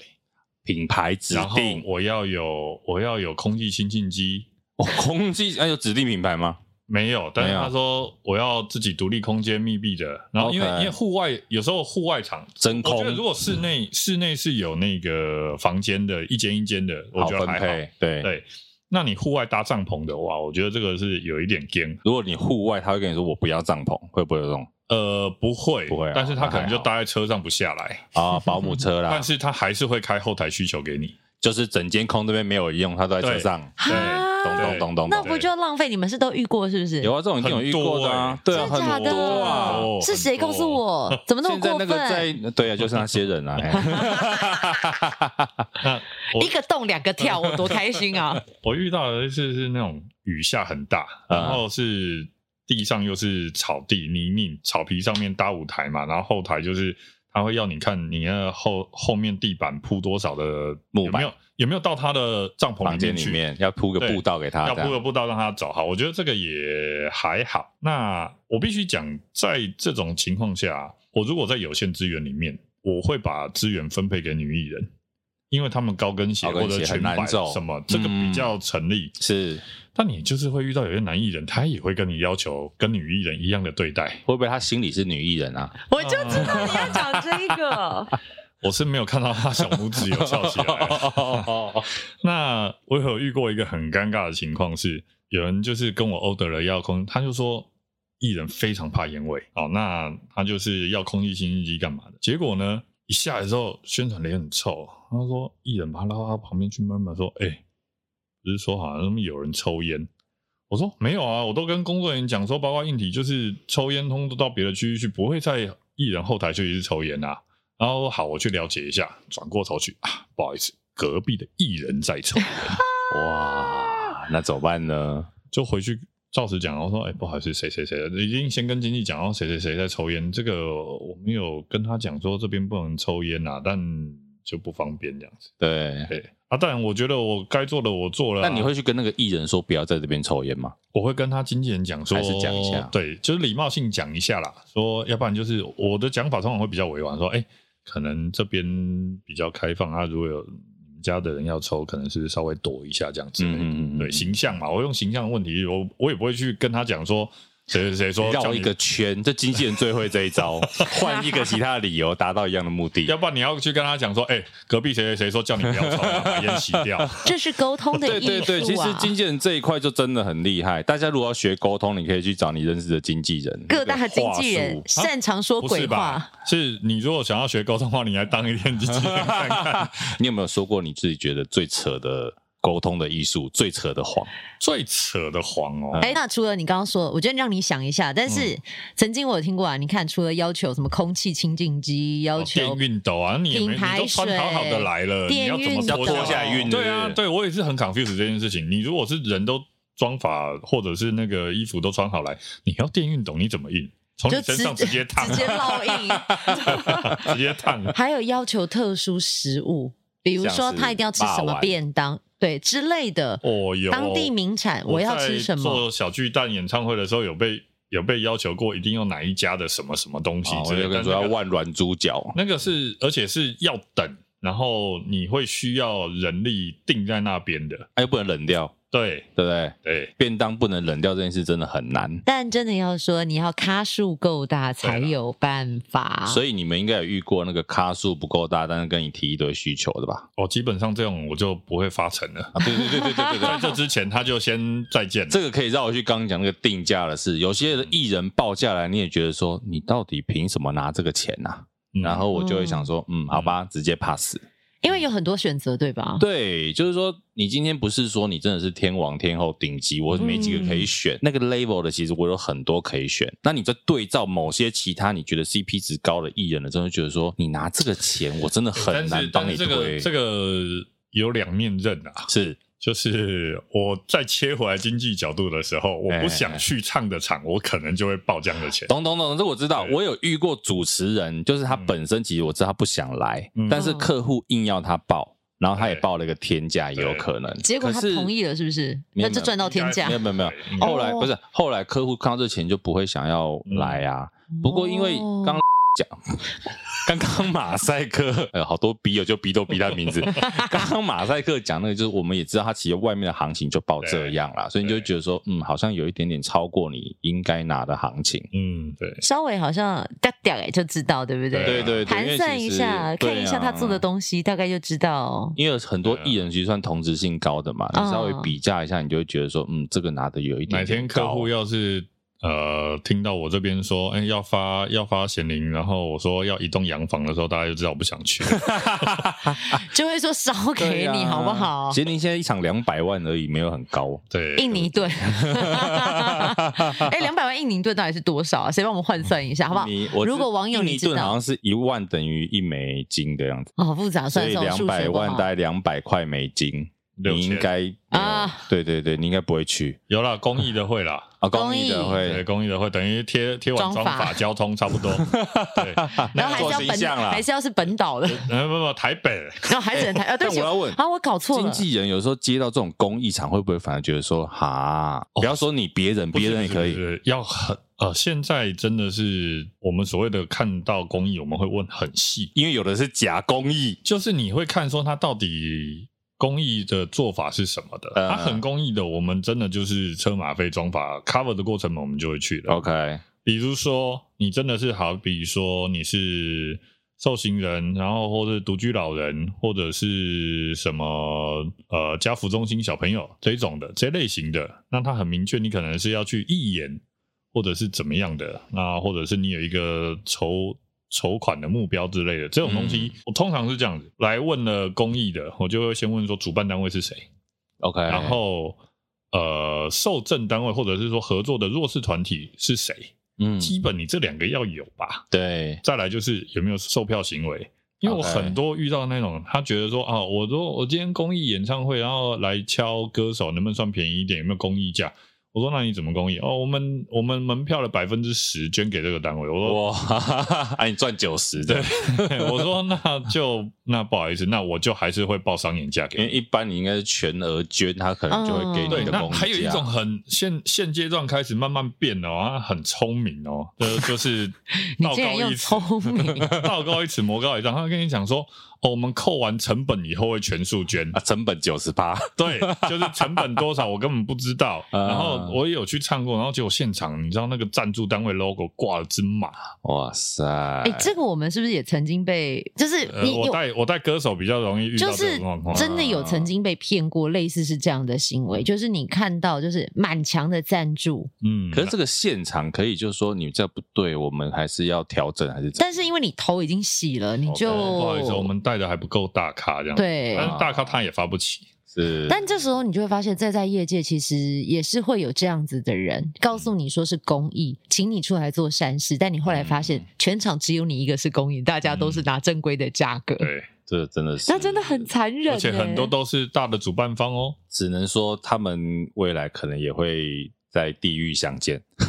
A: 品牌指
C: 然后
A: 定，
C: 我要有我要有空气清净机，
A: 哦，空气哎有指定品牌吗？
C: 没有，但
A: 没
C: 是
A: 有
C: 他说我要自己独立空间密闭的，然后因为
A: OK
C: 因为户外有时候户外场
A: 真
C: 我觉得
A: 空嗯
C: 如果室内室内是有那个房间的，一间一间的，我
A: 好
C: 觉得
A: 分
C: 还好。
A: 配，对。
C: 对，那你户外搭帐篷的话，我觉得这个是有一点颠。
A: 如果你户外，他会跟你说我不要帐篷，会不会有这种
C: 呃，不会，
A: 不会啊
C: 但是他可能
A: 那还
C: 就
A: 好
C: 搭在车上不下来，
A: 啊？保姆车啦
C: 但，是他还是会开后台需求给你。
A: 就是整间空这边没有人用，他都在车
C: 对
A: 上。
C: 对
B: 啊
A: 懂懂
C: 对
A: 懂懂
B: 那
A: 懂，
B: 不就浪费？你们是都遇过是不是？
A: 有啊，这种一定有遇过的啊，
C: 很
A: 对
C: 多欸
A: 啊，
B: 真
A: 很
B: 的假的？
A: 多啊。
C: 哦
B: 是谁
C: 很多
B: 告诉我？怎么那么
A: 现在
B: 过
A: 那个在
B: 分？
A: 对啊，就是那些人啊， 哎
C: 那我
B: 一个动两个跳，我多开心 啊！
C: 我遇到的是是那种雨下很大，
A: 啊
C: 然后是地上又是草地泥泞，草皮上面搭舞台嘛，然后后台就是他会要你看你那后后面地板铺多少的
A: 木板
C: 有没有有没有到他的帐篷
A: 房
C: 里
A: 间
C: 面
A: 里
C: 去，
A: 面要铺个
C: 对
A: 步道给他，这
C: 要铺
A: 样
C: 个步道让他走好。我觉得这个也还好。那我必须讲，在这种情况下，我如果在有限资源里面，我会把资源分配给女艺人。因为他们高跟鞋
A: 高跟
C: 或者
A: 鞋很
C: 裙
A: 难
C: 摆
A: 走
C: 什么，这个比
A: 嗯
C: 较成立。
A: 是
C: 但你就是会遇到有些男艺人，他也会跟你要求跟女艺人一样的对待。
A: 会不会他心里是女艺人啊？
B: 我就知道你要讲这个，
C: 我是没有看到他小拇指有翘起 来。
A: 哦，
C: 那我有遇过一个很尴尬的情况是，有人就是跟我 order 了要空，他就说艺人非常怕烟味哦，那他就是要空气清新机干嘛的？结果呢，一下来之后宣传脸很臭，他说艺人把他拉到他旁边去慢慢说，哎、不是说好像有人抽烟。我说没有啊，我都跟工作人员讲说，包括硬体就是抽烟通都到别的区域去，不会在艺人后台去一直抽烟啊。然后好，我去了解一下，转过头去啊，不好意思，隔壁的艺人在抽烟，
A: 哇，那怎么办呢？
C: 就回去照实讲，我说哎、不好意思，谁谁谁，已经先跟经纪讲，哦，谁谁谁在抽烟，这个我们有跟他讲说这边不能抽烟啊，但就不方便这样子。
A: 对，
C: 对啊，当然我觉得我该做的我做了、
A: 那你会去跟那个艺人说不要在这边抽烟吗？
C: 我会跟他经纪人讲说，
A: 还是讲一下
C: 对，就是礼貌性讲一下啦，说要不然就是我的讲法通常会比较委婉，说，哎、可能这边比较开放啊，如果有你们家的人要抽，可能是稍微躲一下这样子，
A: 嗯嗯嗯嗯
C: 对，形象嘛，我用形象的问题，我我也不会去跟他讲说谁谁谁说叫
A: 绕
C: 你
A: 一个，圈，这经纪人最会这一 招，换一个其他的理由达到一样的目的
C: 要。不然你要去跟他讲说，哎、隔壁谁谁谁说叫你不要抽，把烟洗 掉，
B: 这是沟通的
A: 对
B: 艺
A: 对对，其
B: 术
A: 实
B: 啊！
A: 经纪人这一块就真的很厉害。大家如果要学沟通，你可以去找你认识的经纪人。
B: 各大经纪人
C: 话术
B: 擅长说
C: 不是
B: 鬼
C: 吧
B: 话，？
C: 是你如果想要学沟通的话，你来当一天经纪人看 看。
A: 你有没有说过你自己觉得最扯的沟通的艺术，最扯的谎？
C: 最扯的黄
A: 嗯
C: 哦，
B: 哎，那除了你刚刚说的，我觉得让你想一下，但是曾经我有听过啊，你看除了要求什么空气清净机，
A: 哦
B: 要
C: 哦电
B: 求
C: 熨斗啊，你也没
B: 品牌
C: 你都穿好好的来了，
B: 水
C: 你要怎
A: 电
C: 么
A: 熨斗
C: 脱下来熨？对
A: 是
C: 啊
A: 不，是
C: 对我也是很 confused 这件事情。你如果是人都装法或者是那个衣服都穿好来，你要电熨斗你怎么熨？从
B: 就
C: 你身
B: 直
C: 上直接
A: 啊
C: 烫，
B: 直接烙印。
C: 直接烫。
B: 还有要求特殊食物，比如说
A: 像是
B: 他一定要吃什
A: 霸
B: 么
A: 王
B: 便当，对之类的。
C: 哦哟，
B: 当地名产，我要吃什么？
C: 在做小巨蛋演唱会的时候，有被有被要求过，一定要哪一家的什么什么东西
A: 哦
C: 之
A: 我
C: 类
A: 就
C: 的。
A: 跟你
C: 但
A: 说要
C: 那个
A: 万软猪脚，
C: 那个是，而且是要等，然后你会需要人力定在那边的。
A: 哎，又不能冷掉，
C: 对
A: 对不对？
C: 对，
A: 便当不能冷掉这件事真的很难，
B: 但真的要说，你要咖数够大才
C: 对啦
B: 有办法。
A: 啊
C: 啊
A: 所以你们应该有遇过那个咖数不够大，但是跟你提一堆需求的吧？
C: 哦，基本上这种我就不会发成了。
A: 啊，对对对对对对
C: 在
A: 对。
C: 这之前，他就先再见了。
A: 这个可以绕回去刚刚讲那个定价的事，有些艺人报价来，你也觉得说你到底凭什么拿这个钱呐、啊？
C: 嗯
A: 然后我就会想说，嗯，好吧，直接 pass。
B: 因为有很多选择，对吧？
A: 对，就是说你今天不是说你真的是天王天后顶级，我没几个可以
C: 嗯
A: 选。那个 level 的其实我有很多可以选。那你在对照某些其他你觉得 CP 值高的艺人的时候，就觉得说你拿这个钱，我真的
C: 但
A: 很
C: 是
A: 难
C: 但
A: 帮你
C: 是
A: 推。
C: 这个这个有两面刃啊，
A: 是
C: 就是我再切回来经济角度的时候，我不想去唱的场，我可能就会报这样的钱。
A: 哎懂懂懂，这我知道。
C: 对
A: 我有遇过主持人，就是他本身其实我知道他不想来，
C: 嗯
A: 但是客户硬要他报，然后他也
C: 对
A: 报了一个天价，也有可能。
B: 结果他
A: 可是
B: 同意了，是不是？
A: 没有
B: 那就赚到天价
A: 没。有没有没有。
C: 嗯
A: 后来不是后来客户看到这钱就不会想要来啊。
C: 嗯
A: 不过因为
B: 哦
A: 刚讲。刚刚马赛克，呃，好多笔友就逼都逼他名 字。刚刚马赛克讲那个，就是我们也知道他其实外面的行情就报这样啦，所以你就会觉得说，嗯，好像有一点点超过你应该拿的行情。
C: 嗯，对，
B: 稍微好像嗲嗲哎就知道，对不对？
A: 对对对，因为其
B: 盘算一
A: 实
B: 下，
A: 对
B: 看一下他做的
A: 啊
B: 东西，大概就知道。
A: 因为很
C: 啊
A: 多艺人其实算同质性高的嘛，
B: 嗯
A: 你稍微比价一下，你就会觉得说，嗯，这个拿的有一点
C: 哪天
A: 点
C: 客
A: 高
C: 户要是呃听到我这边说，哎、要发要发显灵，然后我说要移动洋房的时候，大家就知道我不想去。
B: 就会说少
A: 对
B: 给
A: 啊
B: 你好不好
A: 其？实您现在一场两百万而已，没有很高。
C: 对，
B: 印尼盾，哎，两百万印尼盾到底是多少啊？谁帮我们换算一 下，好不好？
A: 你我知
B: 如果网友
A: 印尼
B: 你知道
A: 盾好像是一万等于一美金的样子，
B: 哦，好复杂，
A: 所
B: 算
A: 以
B: 一算，我
A: 两
B: 数
A: 百
B: 学不
A: 万
B: 好
A: 大。概两百块美金，
C: 六
A: 你
C: 千
A: 应该
B: 啊
A: 啊，对对对，你应该不会去
C: 有啦，公益的会 啦。
A: 啊，
B: 公
A: 公益的
B: 益
C: 对，
A: 会
C: 公益的会等于贴贴完
B: 装
C: 装
B: 法
C: 法交通差不多。对，
B: 然后还是要
A: 做形
B: 本岛，
A: 象啦
B: 还是要是本岛的，
C: 呃，不不，台北
B: 然后还是很台啊，对
A: 但
B: 不起，
A: 我要问
B: 啊，我搞错
A: 经
B: 了，
A: 纪人有时候接到这种公益场，会不会反而觉得说，哈，不要说你别人，
C: 哦不是
A: 别人也可
C: 不是
A: 以，
C: 不是要很呃，现在真的是我们所谓的看到公益，我们会问很细，
A: 因为有的是假公益，
C: 就是你会看说他到底公益的做法是什么的。
A: 嗯
C: 他很公益的，我们真的就是车马费装法 cover 的过程嘛，我们就会去了。
A: OK，
C: 比如说你真的是好比说你是受刑人，然后或者独居老人，或者是什么呃家扶中心小朋友这一种的这类型的，那他很明确，你可能是要去义演，或者是怎么样的，那或者是你有一个筹。筹款的目标之类的这种东西，我通常是这样子来问了公益的，我就会先问说主办单位是谁，
A: OK，
C: 然后呃受赠单位或者是说合作的弱势团体是谁，
A: 嗯，
C: 基本你这两个要有吧。
A: 对，
C: 再来就是有没有售票行为，因为我
A: OK
C: 很多遇到那种他觉得说啊，我说我今天公益演唱会，然后来敲歌手能不能算便宜一点，有没有公益价？我说那你怎么公益？哦，我们我们门票的百分之十捐给这个单位。我说
A: 哇， 哎，你赚九十的，
C: 我说那就那不好意思，那我就还是会报商演价给
A: 因为
C: 你。
A: 一般你应该是全额捐，他可能就会给
B: 嗯
A: 你
C: 对，
A: 的
C: 那
A: 工
C: 还有一
A: 价
C: 种很现现阶段开始慢慢变的哦，他很聪明哦，就就是
B: 你
C: 道
B: 竟然
C: 高
B: 用
C: 一尺
B: 聪明，哎
C: 道高一尺，魔高一丈。他跟你讲说，哦，我们扣完成本以后会全数 捐
A: 啊，，成本九十八，
C: 对，就是成本多少我根本不知道。
A: 啊
C: 然后我也有去唱过，然后结果现场你知道那个赞助单位 logo 挂了只马，
A: 哇塞，
B: 哎，这个我们是不是也曾经被，就是
C: 呃，
B: 你
C: 我
B: 有
C: 带我带歌手比较容易遇到
B: 就
C: 这
B: 是
C: 种状况。
B: 真的有曾经被骗过，类似是这样的行为，就是你看到就是满墙的赞助，
C: 嗯，
A: 可是这个现场可以就是说你这不对，我们还是要调整，还是怎
B: 但是因为你头已经洗了，你就
C: 哦不好意思，我们啊带的还不够大咖这样。，
B: 对
C: 但。是大咖他也发不起。
A: 是？
B: 但这时候你就会发现，在在业界其实也是会有这样子的人，告
A: 嗯
B: 诉你说是公益，请你出来做善事，但你后来发现
C: 嗯
B: 全场只有你一个是公益，大家都是拿正规的价格，
C: 对，
A: 这真的嗯是，
B: 那真的很残忍欸。
C: 而且很多都是大的主办方哦。
A: 只能说他们未来可能也会。在地狱相 见。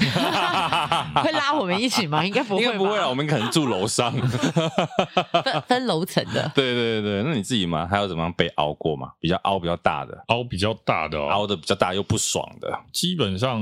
B: 会拉我们一起吗？应该不
A: 应
B: 会
A: 该
B: 吧，
A: 不会哦啦，我们可能住楼上。
B: 分分楼层 的。
A: 对对对，那你自己嘛，还有怎么样被凹过嘛？比较凹比较大的，
C: 凹比较大的哦，
A: 凹的比较大又不爽的，
C: 基本上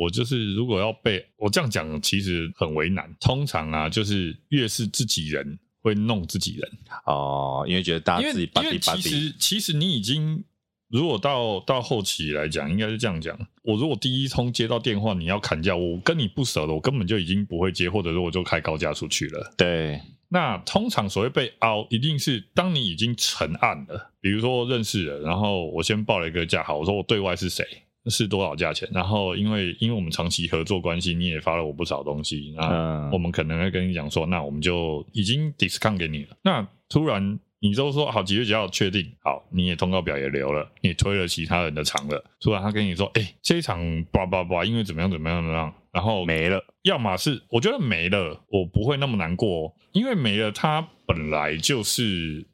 C: 我就是如果要被我这样讲，其实很为难。通常啊，就是越是自己人会弄自己人，
A: 哦，因为觉得大
C: 因
A: 家
C: 为
A: 自己
C: 因
A: 把自
C: 为
A: 己把
C: 其
A: 自己，
C: 实其实你已经如果到到后期来讲，应该是这样讲。我如果第一通接到电话你要砍价，我跟你不熟的，我根本就已经不会接，或者说我就开高价出去了。
A: 对，
C: 那通常所谓被凹，一定是当你已经成案了，比如说认识了，然后我先报了一个价，好，我说我对外是谁，是多少价钱，然后因为因为我们长期合作关系，你也发了我不少东西，那
A: 嗯，
C: 我们可能会跟你讲说，那我们就已经 discount 给你了，那突然。你都说好几月几号确定好，你也通告表也留了，你也推了其他人的场了。突然他跟你说，哎、这一场叭叭叭，因为怎么样怎么样怎么样，然后
A: 没了，
C: 要么是我觉得没了，我不会那么难过、哦，因为没了，它本来就是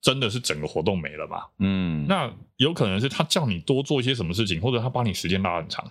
C: 真的是整个活动没了嘛。
A: 嗯，
C: 那有可能是他叫你多做一些什么事情，或者他把你时间拉很长，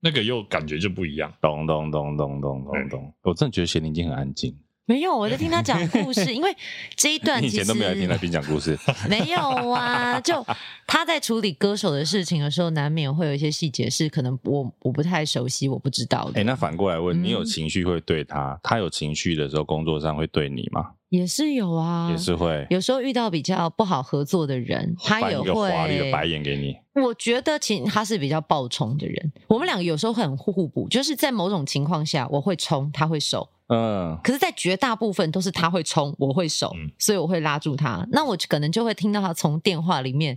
C: 那个又感觉就不一样。
A: 咚咚咚咚咚咚咚，我真的觉得贤玲今天很安静，
B: 没有，我在听他讲故事，因为这一段
A: 你
B: 其
A: 以
B: 实
A: 前都没有听来宾讲故 事，
B: 没有啊，就他在处理歌手的事情的时候，难免会有一些细节是可能我我不太熟悉，我不知道的。
A: 哎，那反过来问，
B: 嗯
A: 你有情绪会对他，他有情绪的时候，工作上会对你吗？
B: 也是有啊，
A: 也是会
B: 有时候遇到比较不好合作的人，他
A: 翻
B: 也
A: 一个华丽的白
B: 会。
A: 眼给你，
B: 我觉得其他是比较暴冲的人，我们两个有时候很互补，就是在某种情况下我会冲，他会守。
A: 嗯，
B: 可是，在绝大部分都是他会冲，我会守，
C: 嗯
B: 所以我会拉住他。那我可能就会听到他从电话里面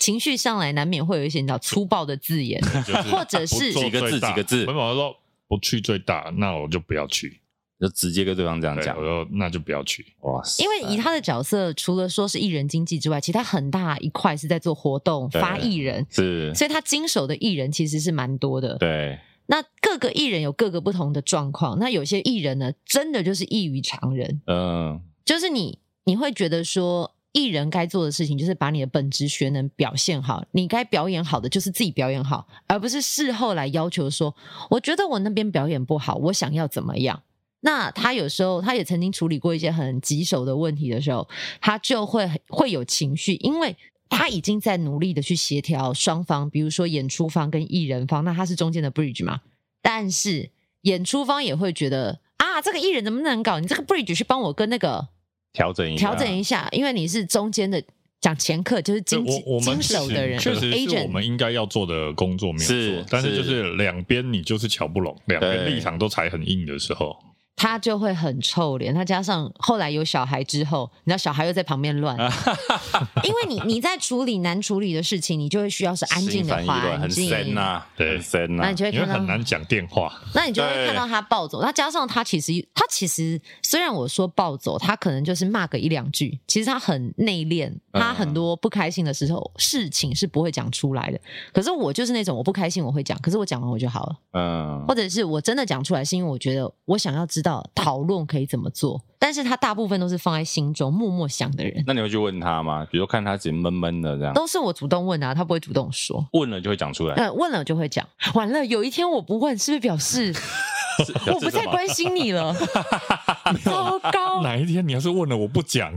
B: 情绪上来，难免会有一些你知道粗暴的 字眼，
C: 就是
B: 或者是
C: 不做
A: 几个字
C: 最大
A: 几个字
C: 没有我说不去最大，那我就不要去。
A: 就直接跟对方这样
C: 对，
A: 讲
C: 我，说那就不要去。
A: 哇塞，
B: 因为以他的角色，除了说是艺人经济之外，其实他很大一块是在做活动
A: 对
B: 发艺人，
A: 是，
B: 所以他经手的艺人其实是蛮多的。
A: 对，
B: 那各个艺人有各个不同的状况，那有些艺人呢，真的就是异于常人，
A: 嗯，
B: 就是你你会觉得说。艺人该做的事情就是把你的本职学能表现好，你该表演好的就是自己表演好，而不是事后来要求说，我觉得我那边表演不好，我想要怎么样。那他有时候他也曾经处理过一些很棘手的问题的时候，他就会会有情绪，因为他已经在努力的去协调双方，比如说演出方跟艺人方，那他是中间的 bridge 嘛，但是演出方也会觉得啊，这个艺人怎么能搞？你这个 bridge 去帮我跟那个
A: 调整一下，
B: 调整一下，因为你是中间的讲前客，就是
C: 这
B: 经纪
C: 我我们
B: 经
C: 确
B: 手
C: 实
B: 的人，
C: 确实是
B: agent
C: 我们应该要做的工作没有
A: 是
C: 做，但是
A: 是
C: 就是两边你就是瞧不拢，两边
A: 对
C: 立场都踩很硬的时候，
B: 他就会很臭脸。他加上后来有小孩之后，你知道小孩又在旁边 乱，因为你你在处理难处理的事情，你就会需要是安静
A: 心
B: 的
A: 烦意乱
B: 环
A: 很
B: 境，
A: 深呐，
C: 对
A: 很深
B: 那
A: 呐
B: 你，就会
C: 啊因为
B: 看
C: 很
B: 到。
C: 难讲电话。
B: 那你就会
A: 对
B: 看到他暴走，那加上他其实他其实虽然我说暴走，他可能就是骂个一两句，其实他很内敛，他很多不开心的时候、事情是不会讲出来的。可是我就是那种我不开心我会讲，可是我讲完我就好了，
A: 嗯
B: 或，者是我真的讲出来是因为我觉得我想要知道讨论可以怎么做，但是他大部分都是放在心中默默想的人，
A: 那你会去问他吗？比如看他只闷闷的这样，
B: 都是我主动问啊，他不会主动说。
A: 问了就会讲出来，
B: 呃，问了就会讲。完了，有一天我不问，是不是表示 我不再关心你 了？ 糟
A: 哦
B: 糕！
C: 哪一天你要是问了我不讲，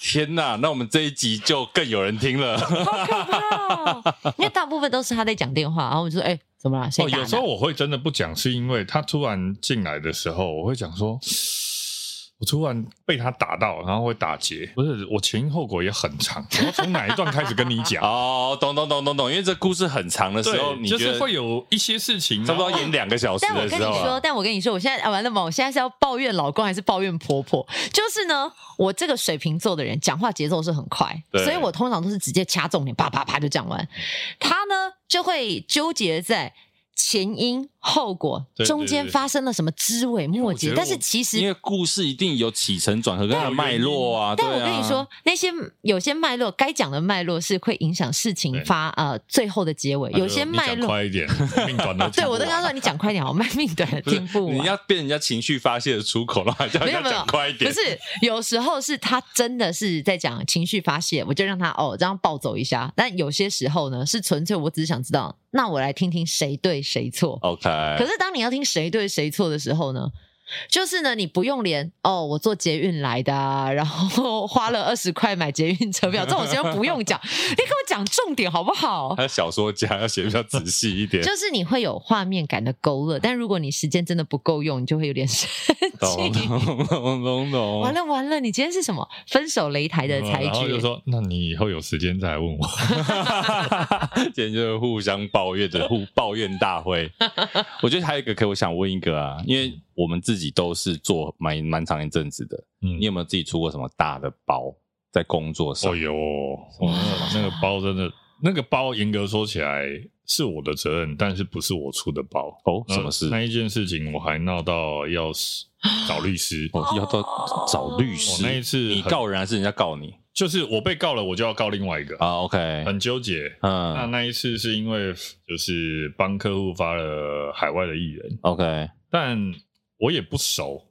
A: 天呐，那我们这一集就更有人听了。
B: 啊因为大部分都是他在讲电话，然后我就说：“哎、怎么了？谁
C: 哦，
B: 打
C: 有时
B: 的？”
C: 候我会真的不讲，是因为他突然进来的时候，我会讲说，我突然被他打到，然后会打结。不是，我前因后果也很长，我要从哪一段开始跟你讲？
A: 哦，懂懂懂懂懂，因为这故事很长的时候，
C: 对，
A: 你
C: 就
A: 觉
C: 是
A: 得
C: 会有一些事情，
A: 差不多演两个小时
B: 但我
A: 的
B: 跟
A: 时
B: 你
A: 候
B: 说，
C: 哦
A: 啊，
B: 但我跟你说，我现在啊完了嘛，我现在是要抱怨老公还是抱怨婆婆？就是呢，我这个水瓶座的人讲话节奏是很快，
A: 对
B: 所以我通常都是直接掐重点，啪啪啪就讲完。他呢就会纠结在前因后果
C: 对对，哦
B: 中间
C: 对
B: 发生了什么枝尾
C: 为我
B: 末
C: 觉
B: 节
C: 得，
B: 但
C: 我
B: 是其实
A: 因为故事一定有起承转合跟它的脉络啊。
B: 但我
A: 对啊
B: 跟你说，，那些有些脉络该讲的脉络是会影响事情发呃最后的结
A: 啊
B: 尾，
C: 然后
B: 有
C: 就
B: 些
C: 你讲
B: 脉络。
C: 快一点，命短都听
B: 对，
C: 不
B: 我都跟他
C: 完
B: 说，你讲快点，我卖命 短
A: 不是
B: 听不
A: 你
B: 完。
A: 要变人家情绪发泄的出口了，还叫
B: 没
A: 人
B: 有
A: 家
B: 没有
A: 讲快一
B: 不
A: 点。
B: 是，有时候是他真的是在讲情绪发泄，我就让他哦这样暴走一下。但有些时候呢，是纯粹我只是想知道那我来听听谁对谁错。
A: OK，
B: 可是当你要听谁对谁错的时候呢？就是呢，你不用连哦，我坐捷运来的、啊，然后花 了二十块买捷运车票，这种先不用讲，你给我讲重点好不好？
A: 还
C: 哎
A: 有小说家要写比较仔细一点，
B: 就是你会有画面感的勾勒，但如果你时间真的不够用，你就会有点生
A: 懂
B: 气。
A: 懂懂懂懂。
B: 完了完了，你今天是什么分手擂台的裁
C: 嗯然后就
B: 决？
C: 说，那你以后有时间再来问我。
A: 简直就是互相抱怨的互抱怨大会。我觉得还有一个，可以我想问一个啊，因为我们自己都是做蛮蛮长一阵子的，
C: 嗯
A: 你有没有自己出过什么大的包在工作上
C: 哦？哟，我那个那个包真的，那个包严格说起来是我的责任，但是不是我出的包。嗯
A: 哦，什么事？
C: 那一件事情我还闹到要死找律师。
A: 哦，要到找律
C: 我
A: 师。
C: 哦那一次
A: 你
C: 很
A: 告人还是人家告你
C: 就是我被告了，我就要告另外一个，
A: 啊？OK，
C: 很纠结。那
A: 嗯
C: 那一次是因为就是帮客户发了海外的艺人，
A: ，OK，
C: 但我也不熟，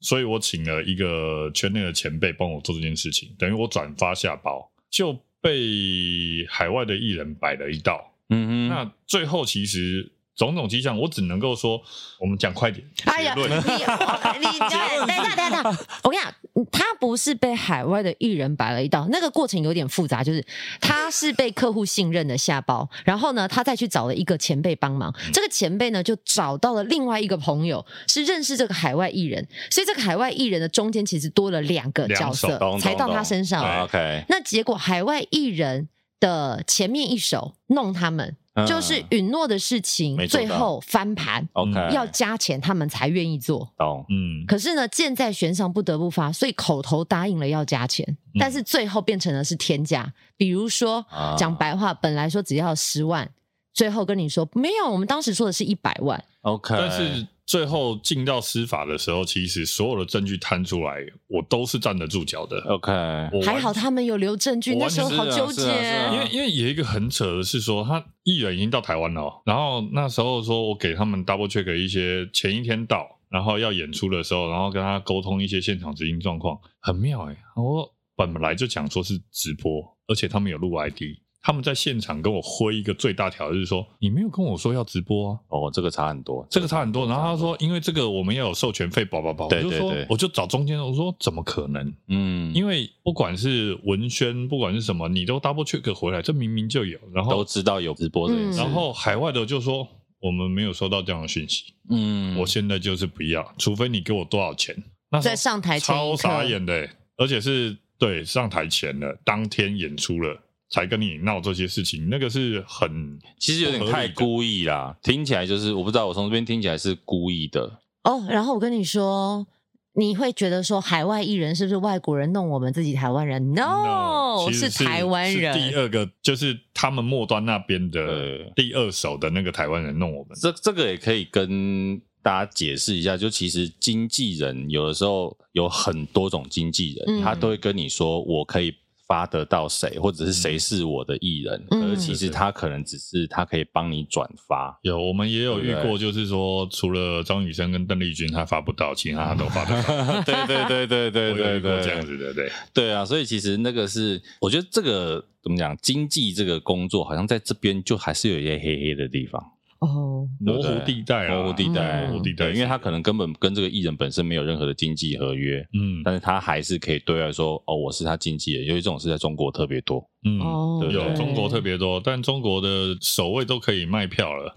C: 所以我请了一个圈内的前辈帮我做这件事情，等于我转发下包就被海外的艺人摆了一道。
A: 嗯哼，
C: 那最后其实种种迹象，我只能够说，我们讲快点。
B: 哎呀，
C: 结
B: 你
C: 论
B: 我你你等一下等一下等一下，我跟你讲，他不是被海外的艺人摆了一道，那个过程有点复杂，就是他是被客户信任的下包，然后呢，他再去找了一个前辈帮忙，这个前辈呢就找到了另外一个朋友，是认识这个海外艺人，所以这个海外艺人的中间其实多了两个角色
C: 两手
A: 懂懂
B: 才到他身上，
A: 啊 OK，
B: 那结果海外艺人的前面一手弄他们，
A: 嗯
B: 就是允诺的事情
A: 没，做到
B: 最后翻盘。
C: 哎
A: OK，
B: 要加钱，他们才愿意做。
A: 懂
C: 嗯，
B: 可是呢，箭在弦上不得不发，所以口头答应了要加钱，
C: 嗯
B: 但是最后变成的是天价。比如说，
A: 啊
B: 讲白话，本来说只要十万，最后跟你说没有，我们当时说的是一百万。
A: OK，
C: 但是最后进到司法的时候，其实所有的证据摊出来，我都是站得住脚的。
A: OK，
C: 我完
B: 还好他们有留证据，
C: 我
B: 那
C: 完
B: 时
C: 全
B: 候好
A: 是啊
B: 纠
A: 是
B: 结。
A: 啊是啊
C: 因为因为有一个很扯的是说，他艺人已经到台湾了哦，然后那时候说我给他们 double check 一些前一天到，然后要演出的时候，然后跟他沟通一些现场执行状况，很妙哎、我本来就讲说是直播，而且他们有录 ID，他们在现场跟我挥一个最大条，就是说你没有跟我说要直播啊。
A: 哦，这个差很多，
C: 这个差很多，然后他说，因为这个我们要有授权费，叭叭叭，我
A: 对
C: 就
A: 对
C: 说
A: 对，
C: 我就找中间人，我说怎么可能？
A: 嗯，
C: 因
A: 为
C: 为不管是文宣，不管是什么，你都 double check 回来，这明明就有。然
A: 都
C: 后，
A: 知道有直播的人
B: 嗯，
A: 是
C: 然后海外的就说我们没有收到这样的讯息，
A: 嗯，
C: 我现在就是不要，除非你给我多少钱。那时候
B: 在上台前一刻
C: 超傻眼的欸、而且是对上台前了，当天演出了才跟你闹这些事情，那个是很
A: 其实有点太故意啦，听起来就是我不知道，我从这边听起来是故意的。
B: 哦，然后我跟你说。你会觉得说海外艺人是不是外国人弄我们自己台湾人
C: No，
B: ？No，
C: 其实是
B: 台湾人。
C: 是第二个就是他们末端那边的
A: 对
C: 第二手的那个台湾人弄我们。
A: 这这个也可以跟大家解释一下，就其实经纪人有的时候有很多种经纪人，
B: 嗯
A: 他都会跟你说我可以发得到谁，或者是谁是我的艺人，
B: 嗯
A: 可是其实他可能只是他可以帮你转发。
C: 有，我们也有遇
A: 对不
C: 过，就是说，除了张雨生跟邓丽君，他发不到，其他他都 发得 到。
A: 对对对对对
C: 我有
A: 对
C: 遇过
A: 对，
C: 这样子的，对，
A: 对啊，所以其实那个是，我觉得这个怎么讲，经济这个工作好像在这边就还是有一些黑黑的地方，
B: 哦，
C: 模糊地带啊，
A: 模糊地带，
B: 嗯
C: 模糊地带，
A: 对因为他可能根本跟这个艺人本身没有任何的经济合约，
C: 嗯
A: 但是他还是可以对外说，哦，我是他经纪人，因为这种事在中国特别多，
C: 嗯，
B: 哦，
A: 对
C: 有
A: 对
C: 中国特别多，但中国的守卫都可以卖票了，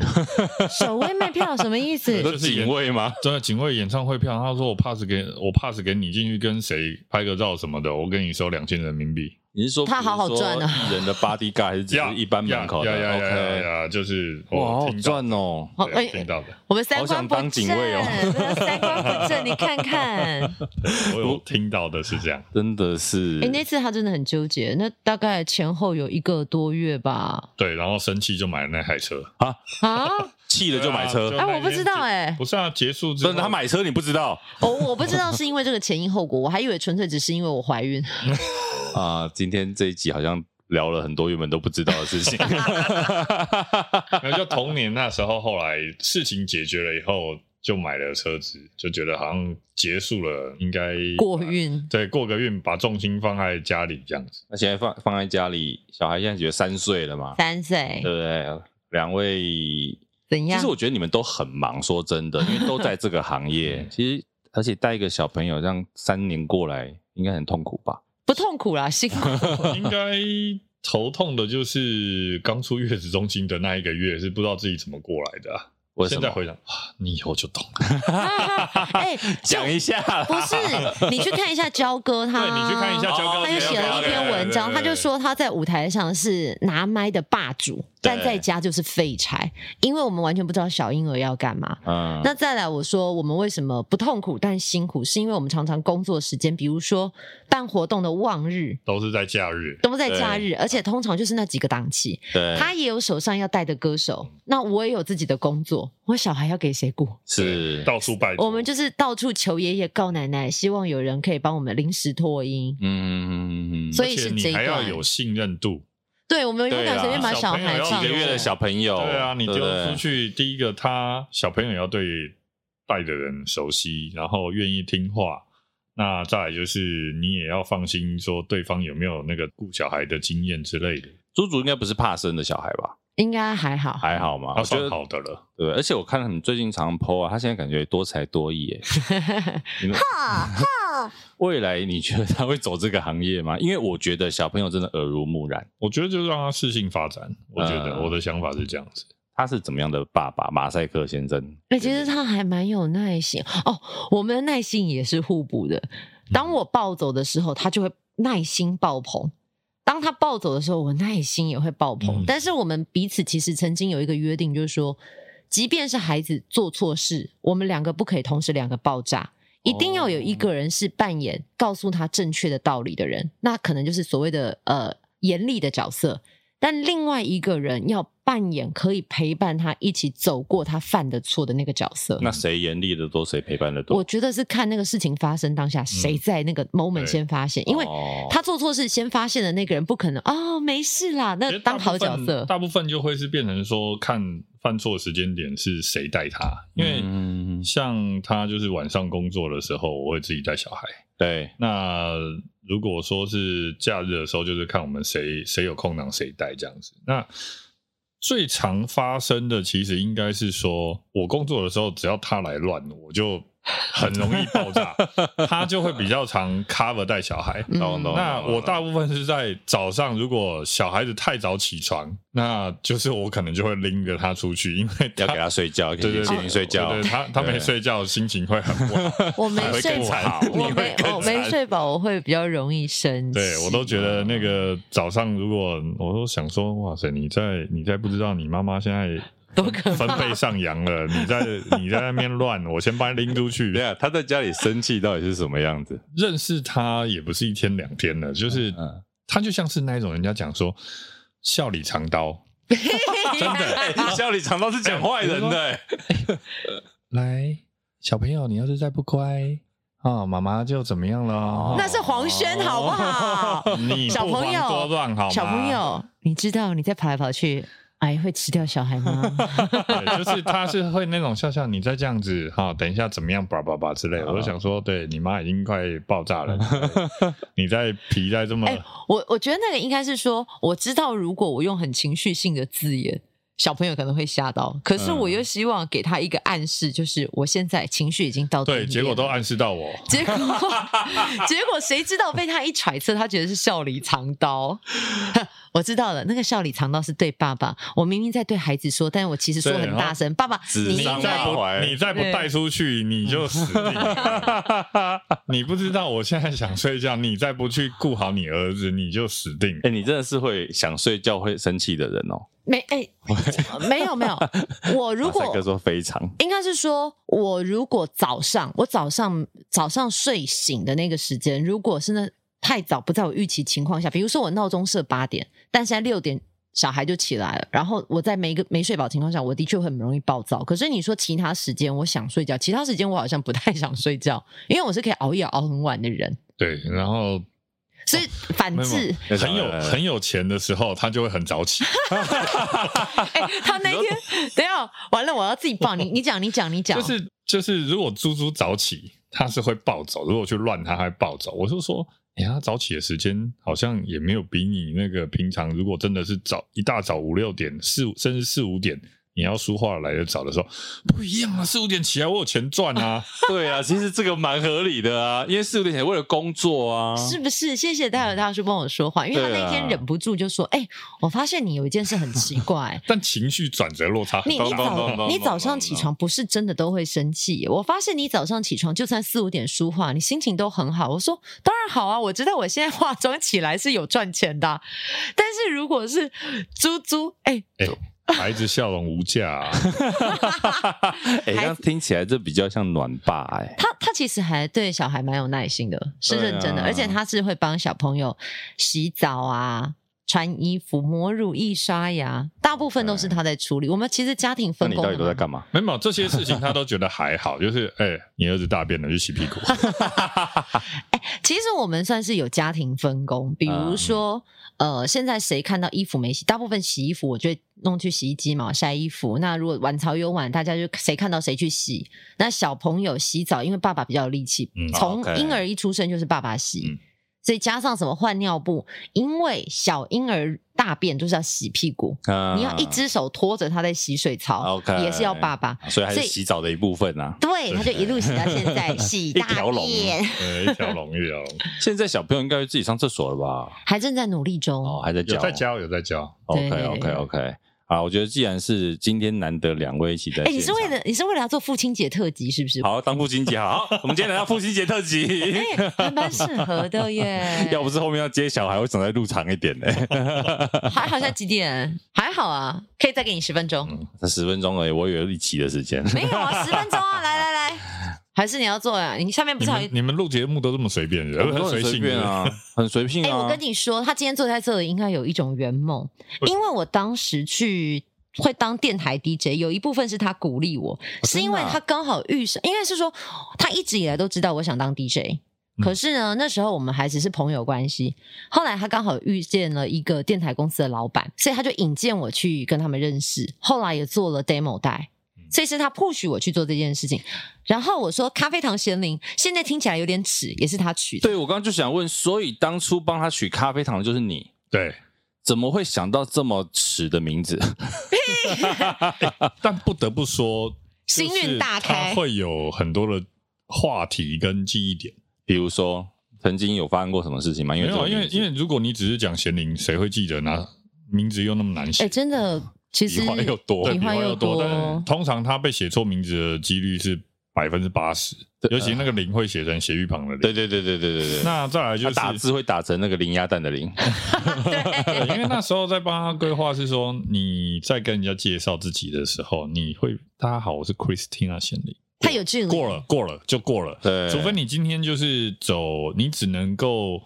B: 首位卖票什么意
C: 对
B: 思？
C: 这是演
A: 卫吗？
C: 真的警卫演唱会票，他说我 pass 给我 pass 给你进去跟谁拍个照什么的，我跟你收两千人民币，
A: 你是说
B: 他好好赚
A: 比
B: 啊
A: 如说艺人的 body guard 还是只
C: 呀
A: 是一般门口的
C: 呀呀呀呀
A: ？OK，
C: 呀，就是
A: 哇，好
C: 我
A: 好
C: 听到
A: 赚哦。
B: 好
C: 对
B: 哎
C: 听到的，
B: 我们三观不
A: 好想当
B: 正，
A: 警卫哦
B: 对三观不正，你 看看。
C: 我有听到的是这样。
A: 真的是
B: 哎、，那次他真的很纠结，那大概前后有一个多月吧。
C: 对，然后生气就买了那台车，
B: 啊，
A: 气了就买车
C: 对，啊
B: 哎、我不知道哎、
C: 不是啊，结束之
A: 真
C: 后
A: 的他买车你不知道
B: 哦，我不知道是因为这个前因后果，我还以为纯粹只是因为我 怀孕。
A: 啊？今天这一集好像聊了很多原本都不知道的事 情。
C: 然后就童年那时候，后来事情解决了以后，就买了车子，就觉得好像结束了，应该
B: 过运，
C: 对过个运，把重心放在家里这样子。
A: 那现在放放在家里，小孩现在觉得三岁了嘛，
B: 三
A: 对
B: 岁
A: 不，对？两位
B: 怎
A: 其
B: 样
A: 实？我觉得你们都很忙，说真的，因为都在这个行
B: 嗯
A: 业。其实，而且带一个小朋友这样三年过来，应该很痛苦吧？
B: 不痛苦啦， 辛苦。
C: 应该头痛的就是刚出月子中心的那一个月，是不知道自己怎么过来的啊、
A: 为什
C: 现在
A: 么？
C: 回想，啊你以后就懂了。
B: 哎，
A: 讲一下啦，
B: 不是，你去看一下焦哥他，
C: 对你去看一下焦哥
B: 他就写了一篇文章，
C: 对对对对对
B: 他就说他在舞台上是拿麦的霸主，但在家就是废柴，因为我们完全不知道小婴儿要干嘛。
A: 嗯，
B: 那再来，我说我们为什么不痛苦但辛苦，是因为我们常常工作时间，比如说办活动的望日
C: 都是在假日，
B: 都在假日，而且通常就是那几个档期。
A: 对，
B: 他也有手上要带的歌手，那我也有自己的工作，我小孩要给谁顾？
A: 是
C: 到处拜托。
B: 我们就是到处求爷爷告奶奶，希望有人可以帮我们临时脱音。
A: 嗯，嗯嗯嗯
B: 所
C: 而
B: 以
C: 且
B: 是这一
C: 你还要
B: 段，
C: 有信任度。
B: 对我们不
A: 对
B: 敢随便
A: 啦
B: 把
C: 小朋
B: 孩
C: 友要
B: 放
A: 一个月的小朋友，
C: 对啊，你
A: 对
C: 丢
A: 不对
C: 出去，第一个他小朋友要对带的人熟悉，然后愿意听话。那再来就是你也要放心，说对方有没有那个顾小孩的经验之类的，
A: 猪猪应该不是怕生的小孩吧？
B: 应该还好。
A: 还好嘛，啊
C: 他
A: 我觉
C: 哦算
A: 得
C: 好的了。
A: 对。而且我看他们最近常 PO 啊，他现在感觉多才多 艺耶。你们 未来你觉得他会走这个行业吗？因为我觉得小朋友真的耳濡目染。
C: 我觉得就让他适性发展。我觉得
A: 嗯
C: 我的想法是这样子。
A: 他是怎么样的爸爸？马赛克先生，
B: 哎、其实他还蛮有耐心哦，我们的耐心也是互补的。当
A: 嗯
B: 我暴走的时候，他就会耐心爆棚；当他暴走的时候，我耐心也会爆棚。
C: 嗯
B: 但是我们彼此其实曾经有一个约定，就是说，即便是孩子做错事，我们两个不可以同时两个爆炸。一定要有
A: 哦
B: 一个人是扮演告诉他正确的道理的人，那可能就是所谓的呃严厉的角色。但另外一个人要扮演可以陪伴他一起走过他犯的错的那个角色。
A: 那谁严厉的多，谁陪伴的多？
B: 我觉得是看那个事情发生当下，谁在那个 moment
C: 嗯对
B: 先发现，因为
A: 哦
B: 他做错事先发现的那个人不可能哦，没事啦，
C: 其
B: 那
C: 实大
B: 当
C: 部
B: 好角
C: 分
B: 色。
C: 大部分就会是变成说看犯错时间点是谁带他，因为
A: 嗯
C: 像他就是晚上工作的时候，我会自己带小孩。
A: 对
C: 那如果说是假日的时候，就是看我们谁谁有空档谁带这样子。那最常发生的其实应该是说，我工作的时候只要他来乱，我就很容易爆 炸，他就会比较常 cover 带小孩。
B: 嗯
A: 懂懂
C: 那我大部分是在早上，如果小孩子太早起床，那就是我可能就会拎着他出去，因为
A: 要给他睡觉，
C: 对对
A: 给你睡觉
C: 对，对他他没
A: 对
C: 睡觉，心情会很不好。
B: 我没
C: 还会
B: 睡
C: 更
B: 饱
C: 惨，
B: 我
C: 你会
B: 没
C: 更
B: 我没
C: 惨
B: 睡饱，我会比较容易生气。
C: 对我都觉得那个早上，如果我都想说，哇塞，你在你在不知道你妈妈现在
B: 多可
C: 分
B: 怕。
C: 贝上扬了，你在你在那边乱，我先把你拎出去
A: 对。啊，他在家里生气到底是什么样子？
C: 认识他也不是一天两天了，就是
A: 嗯，
C: 他就像是那一种人家讲说笑里藏刀，真的
A: 笑里藏刀是讲坏人的、 欸，
C: 来，小朋友，你要是再不乖啊、妈妈就怎么样了哦
B: 那是黄轩好不好？
C: 你
B: 小
C: 不
B: 朋
C: 遑
B: 友
C: 多让好吗？
B: 小朋友，你知道你在跑来跑去，哎，会吃掉小孩吗？
C: 对，就是他是会那种笑笑，你再这样子哈、等一下怎么样，叭叭叭之类的。
A: 啊
C: 我就想说，对你妈已经快爆炸了，对你再皮再这么，
B: 哎我我觉得那个应该是说，我知道如果我用很情绪性的字眼，小朋友可能会吓到，可是我
C: 嗯
B: 又希望给他一个暗示，就是我现在情绪已经到
C: 对，
B: 顶
C: 结
B: 点
C: 果都
B: 了。
C: 暗示到我。
B: 结果，结果谁知道被他一揣测，他觉得是笑里藏刀。 我知道了，那个笑里藏刀是对爸爸。我明明在对孩子说，但是我其实说
C: 对
B: 很
C: 然后
B: 大声。爸爸，
A: 指
B: 你
C: 你
A: 桑
B: 应
C: 再
B: 该
A: 骂
C: 不，你再不带出去，你就死定了。你不知道，我现在想睡觉，你再不去顾好你儿子，你就死定了。
A: 哎、你真的是会想睡觉会生气的人哦。
B: 没哎、没有 没有。我如
A: 马赛
B: 果
A: 克说非常，
B: 应该是说，我如果早上我早上早上睡醒的那个时间，如果是那太早不在我预期情况下，比如说我闹钟设八点，但现在六点小孩就起来了，然后我在没个没睡饱情况下，我的确会很容易暴躁。可是你说其他时间我想睡觉，其他时间我好像不太 想睡觉，因为我是可以熬夜熬很晚的人，
C: 对，然后
B: 所以反
C: 哦没有
B: 制。
C: 很有很有钱的时候，他就会很早起。
B: 哎、他那天等一下完了，我要自己报你，你讲，你讲，你讲，
C: 就是就是，如果猪猪早起，它是会暴走；如果去乱它，它会暴走。我就说，哎、他早起的时间好像也没有比你那个平常，如果真的是早一大早五六点、四五甚至四五点，你要书画来的早的时候不一样啊。四五点起来，我有钱赚 啊。，
A: 对啊，其实这个蛮合理的啊，因为四五点起来为了工作啊，嗯
B: 是不是？谢谢戴尔大叔帮我说话，因为他
A: 对啊
B: 那天忍不住就说：“哎、我发现你有一件事很奇怪
C: 但情绪转折落差很
B: 你
C: 大
B: 你。早你早上起床不是真的都会生气耶，我发现你早上起床就算四五点梳化，你心情都很好。”我说：“当然好啊，我知道我现在化妆起来是有赚钱的啊，但是如果是猪猪，哎、
C: 孩子笑容无价、啊，
A: 哎、这样听起来这比较像暖爸哎、
B: 他他其实还对小孩蛮有耐心的，是认真
A: 对
B: 的，
A: 啊
B: 而且他是会帮小朋友洗澡啊、穿衣服、抹乳液、刷牙，大部分都是他在处理。我们其实家庭
A: 那
B: 分
A: 你
B: 工
A: 到底都在
B: 的嘛，
A: 干嘛？
C: 没有这些事情他都觉得还好，就是哎、你儿子大便了去洗屁 股，
B: 其实我们算是有家庭分工，比
A: 啊
B: 如说。呃，现在谁看到衣服没洗？大部分洗衣服我就会弄去洗衣机嘛，晒衣服。那如果碗槽有碗，大家就谁看到谁去洗。那小朋友洗澡，因为爸爸比较有力气，
C: 嗯
B: 从
A: 哦 OK
B: 婴儿一出生就是爸爸洗，
C: 嗯
B: 所以加上什么换尿布，因为小婴儿大便就是要洗屁股，
A: 啊
B: 你要一只手拖着他在洗水槽
A: OK
B: 也是要爸爸。
A: 所以还是
B: 所以
A: 洗澡的一部分啊。
B: 对，他就一路洗到现 在，洗
A: 一条
B: 大
A: 龙
B: 便，
C: 呃，一条龙一条龙，
A: 现在小朋友应该会自己上厕所了吧？
B: 还正在努力中。
A: 哦，还在教
C: 有在教有在教，
A: OK
B: 对
A: OK OK，啊，我觉得既然是今天难得两位一起在现
B: 哎、
A: 场，
B: 你是为了你是为了要做父亲节特辑是不是？
A: 好当父亲节 好，我们今天来到父亲节特辑。
B: 哎，还蛮适合 的耶。
A: 要不是后面要接小孩，我想再录长一 点呢、
B: 还好现在几点？还好啊，可以再给你十分钟。
A: 才十分钟而已，我以为有一期的时间。
B: 没有啊，十分钟啊，来来来，还是你要做啊？你下面不
C: 你
B: 是还有一
C: 们你们录节目都这么随便，
A: 我们
C: 很
A: 都很
C: 随
A: 随
C: 性
A: 便啊，很随性
B: 哎、
A: 啊。
B: 我跟你说，他今天坐在这里，应该有一种圆梦，因为我当时去。会当电台 DJ，有一部分是他鼓励我，是因为他刚好遇上，应该是说他一直以来都知道我想当 DJ，、
C: 嗯
B: 可是呢，那时候我们还只是朋友关系，后来他刚好遇见了一个电台公司的老板，所以他就引荐我去跟他们认识，后来也做了 demo 带。所以是他 push 我去做这件事情，然后我说咖啡糖咸柠，现在听起来有点耻，也是他取的。
A: 对我刚刚就想问，所以当初帮他取咖啡糖的就是你，
C: 对，
A: 怎么会想到这么耻的名字？
C: 但不得不说，
B: 心运大
C: 就是
B: 开
C: 它会有很多的话题跟记忆点。
A: 比如说，曾经有发生过什么事情吗？因
C: 没
A: 为
C: 有，因为因
A: 为
C: 为如果你只是讲咸宁，谁会记得呢？名字又那么难
B: 哎、
C: 写，
B: 真的，其实
A: 笔画又多
C: 对，
B: 笔
C: 笔
B: 画
C: 画
B: 又
C: 又
B: 多
C: 多，但是通常他被写错名字的几率是百分之八十，尤其那个林会写成斜玉旁的林。
A: 对对对对对对对，
C: 那再来就
A: 他
C: 是
A: 打字会打成那个零鸭蛋的零。
C: 对，因为那时候在帮他规划是说，你在跟人家介绍自己的时候，你会大家好，我是 Christina 贤玲。
B: 他有距离
C: 过了，过了就过了。
A: 对
C: 除非你今天就是走，你只能够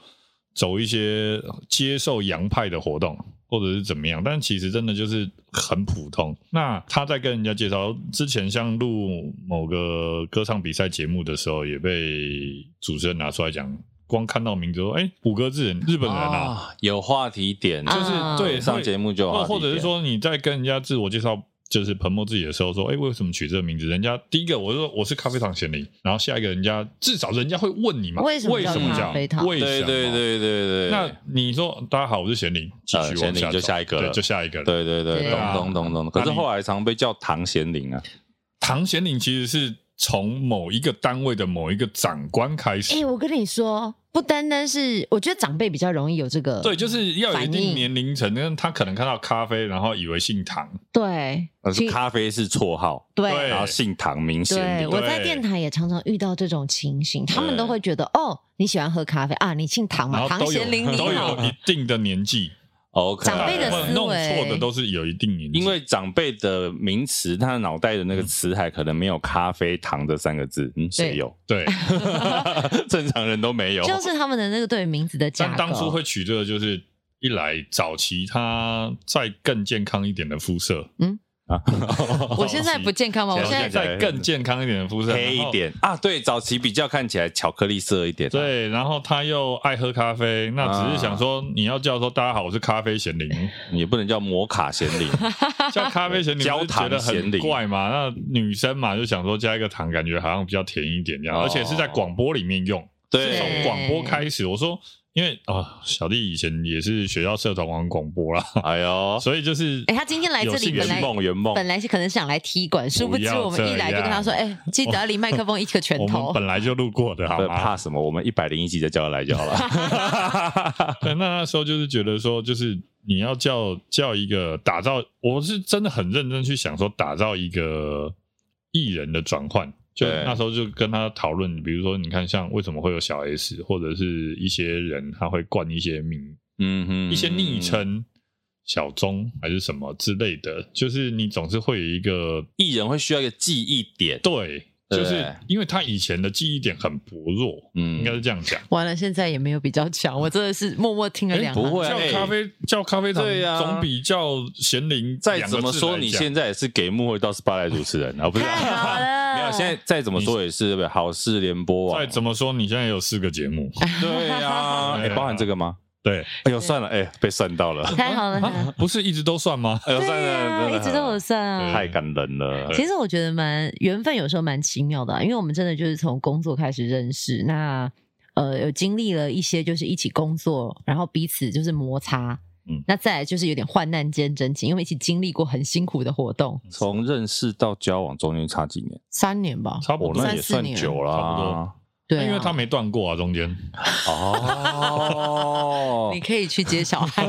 C: 走一些接受洋派的活动，或者是怎么样。但其实真的就是很普通。那他在跟人家介绍之前，像录某个歌唱比赛节目的时候，也被主持人拿出来讲，光看到名字说，哎、五个字，日本人啊，
B: 哦
A: 啊，有话题点，
B: 就是啊
C: 对
A: 上
C: 会
A: 节目就
C: 或、
A: 好，
C: 或者是。说你在跟人家自我介绍。就是彭墨自己的时候说，哎、为什么取这个名字？人家第一个我就说我是咖啡糖贤玲，然后下一个人家至少人家会问你嘛，
B: 为什么
C: 为
B: 叫
C: 什么
B: 咖啡糖
C: 为什
A: 对
C: 么？
A: 对对对对，
C: 那你说，大家好，我是贤玲，继续
A: 呃
C: 往
A: 贤
C: 下
A: 玲就
C: 走
A: 下一个了
C: 对就下一个了。
A: 对对对，
B: 对
A: 懂
B: 啊
A: 懂懂懂。可是后来常被叫唐贤玲啊，
C: 唐贤玲其实是从某一个单位的某一个长官开
B: 哎、
C: 始，
B: 我跟你说，不单单是，我觉得长辈比较容易有这个，
C: 对，就是要有一
B: 反
C: 定
B: 应
C: 年龄层，但他可能看到咖啡，然后以为姓唐，
B: 对
A: 可是
B: 其
A: 咖啡是绰号，
B: 对
C: 对
A: 然后姓唐名贤
B: 对，
A: 玲。
B: 我在
C: 对
B: 电台也常常遇到这种情形，他们都
A: 对
B: 会觉得哦，你喜欢喝咖啡啊，你姓唐嘛，
C: 然后
B: 唐
C: 都有
B: 贤玲你
C: 都
B: 好
C: 有，一定的年纪，
A: OK，
B: 长辈的思维
C: 弄错的都是有一定年纪，
A: 因为长辈的名词，他脑袋的那个词海可能没有“咖啡糖”这三个字，嗯，谁有？
C: 对。
A: 正常人都没有。
B: 就是他们的那个对于名字的架
C: 但
B: 构。
C: 当初会取这个，就是一来早期他再更健康一点的肤色，
A: 啊，
B: 嗯 我现 在不健康吗？
C: 哦
B: 我
A: 早
B: 现
A: 期
B: 在
A: 现在
C: 再更健康一点的肤色，
A: 黑
C: 然
A: 一
C: 后
A: 点啊，对，早期比较看起来巧克力色一点。，
C: 对，然后他又爱喝咖啡，那只是想说，你要叫说大家好，我是咖啡贤玲，
B: 啊
A: 也不能叫摩卡贤 玲，
C: 叫咖啡 贤玲，
A: 焦糖
C: 觉得
A: 贤
C: 很
A: 玲
C: 怪嘛。那女生嘛，就想说加一个糖，感觉好像比较甜一点这样，
A: 哦
C: 而且是在广播里面用，
A: 对，
C: 从广播开始，我说，因为啊、小弟以前也是学校社团玩广播啦，
A: 哎呦，
C: 所以就是，
B: 哎、他今天来这
C: 有
B: 里
C: 幸
A: 圆
B: 本来
A: 梦圆梦，
B: 本来是可能想来踢馆，殊不知
C: 要
B: 我们一来就
C: 这
B: 跟他说：“哎、记得要离麦克风一个拳
C: 我们
B: 头。
C: 本来就路过的，好
A: 对
C: 吗？
A: 怕什么？我们一百零一集再叫他来 就好了。
C: 对，那那时候就是觉得说，就是你要叫叫一个打造，我是真的很认真去想说，打造一个艺人的转换。就
A: 对
C: 那时候就跟他讨论，比如说，你看像为什么会有小 S，或者是一些人他会冠一些名、
A: 嗯哼，
C: 一些昵称，小钟还是什么之类的，就是你总是会有一个
A: 艺人会需要一个记忆点，
C: 对，
A: 对
C: 就是因为他以前的记忆点很薄弱，
A: 嗯
C: 应该是这样讲。
B: 完了，现在也没有比较强，我真的是默默听了
C: 哎
B: 两
A: 不
B: 行。
A: 会啊
C: 叫
A: 哎
C: 咖啡叫咖啡糖，
A: 对呀
C: 总比叫贤玲
A: 再
C: 两个
A: 怎么
C: 字
A: 说，
C: 来
A: 你
C: 讲
A: 现在也是给幕后到 SPA 主持人啊，不是啊？
B: 太好了，
A: 没有，现在再怎么说也是对不对好事联播网
C: 再，怎么说，你现在有四个节目，
B: 哎
A: 对呀，哎，包含这个吗？
C: 对，
A: 哎呦，算了，哎，被算到了，
B: 太好了，太好了
C: 啊不是一直都算吗？
A: 哎呦，算
B: 对
A: 了，
B: 呀、
A: 真的
B: 一直都有算啊。
A: 太感人了。
B: 其实我觉得蛮缘分，有时候蛮奇妙的啊、因为我们真的就是从工作开始认识，那呃有经历了一些就是一起工作，然后彼此就是摩擦，
C: 嗯
B: 那再来就是有点患难见真情，因为一起经历过很辛苦的活动，
A: 从认识到交往中间差几年，
B: 三年吧，
C: 差不
A: 哦，
C: 多，
A: 那也
B: 三四
A: 算
B: 年
A: 久了
C: 差不
A: 啊
C: 多。
B: 对、啊，
C: 因 为他没断过啊，中间
A: 哦
B: 你可以去接小孩，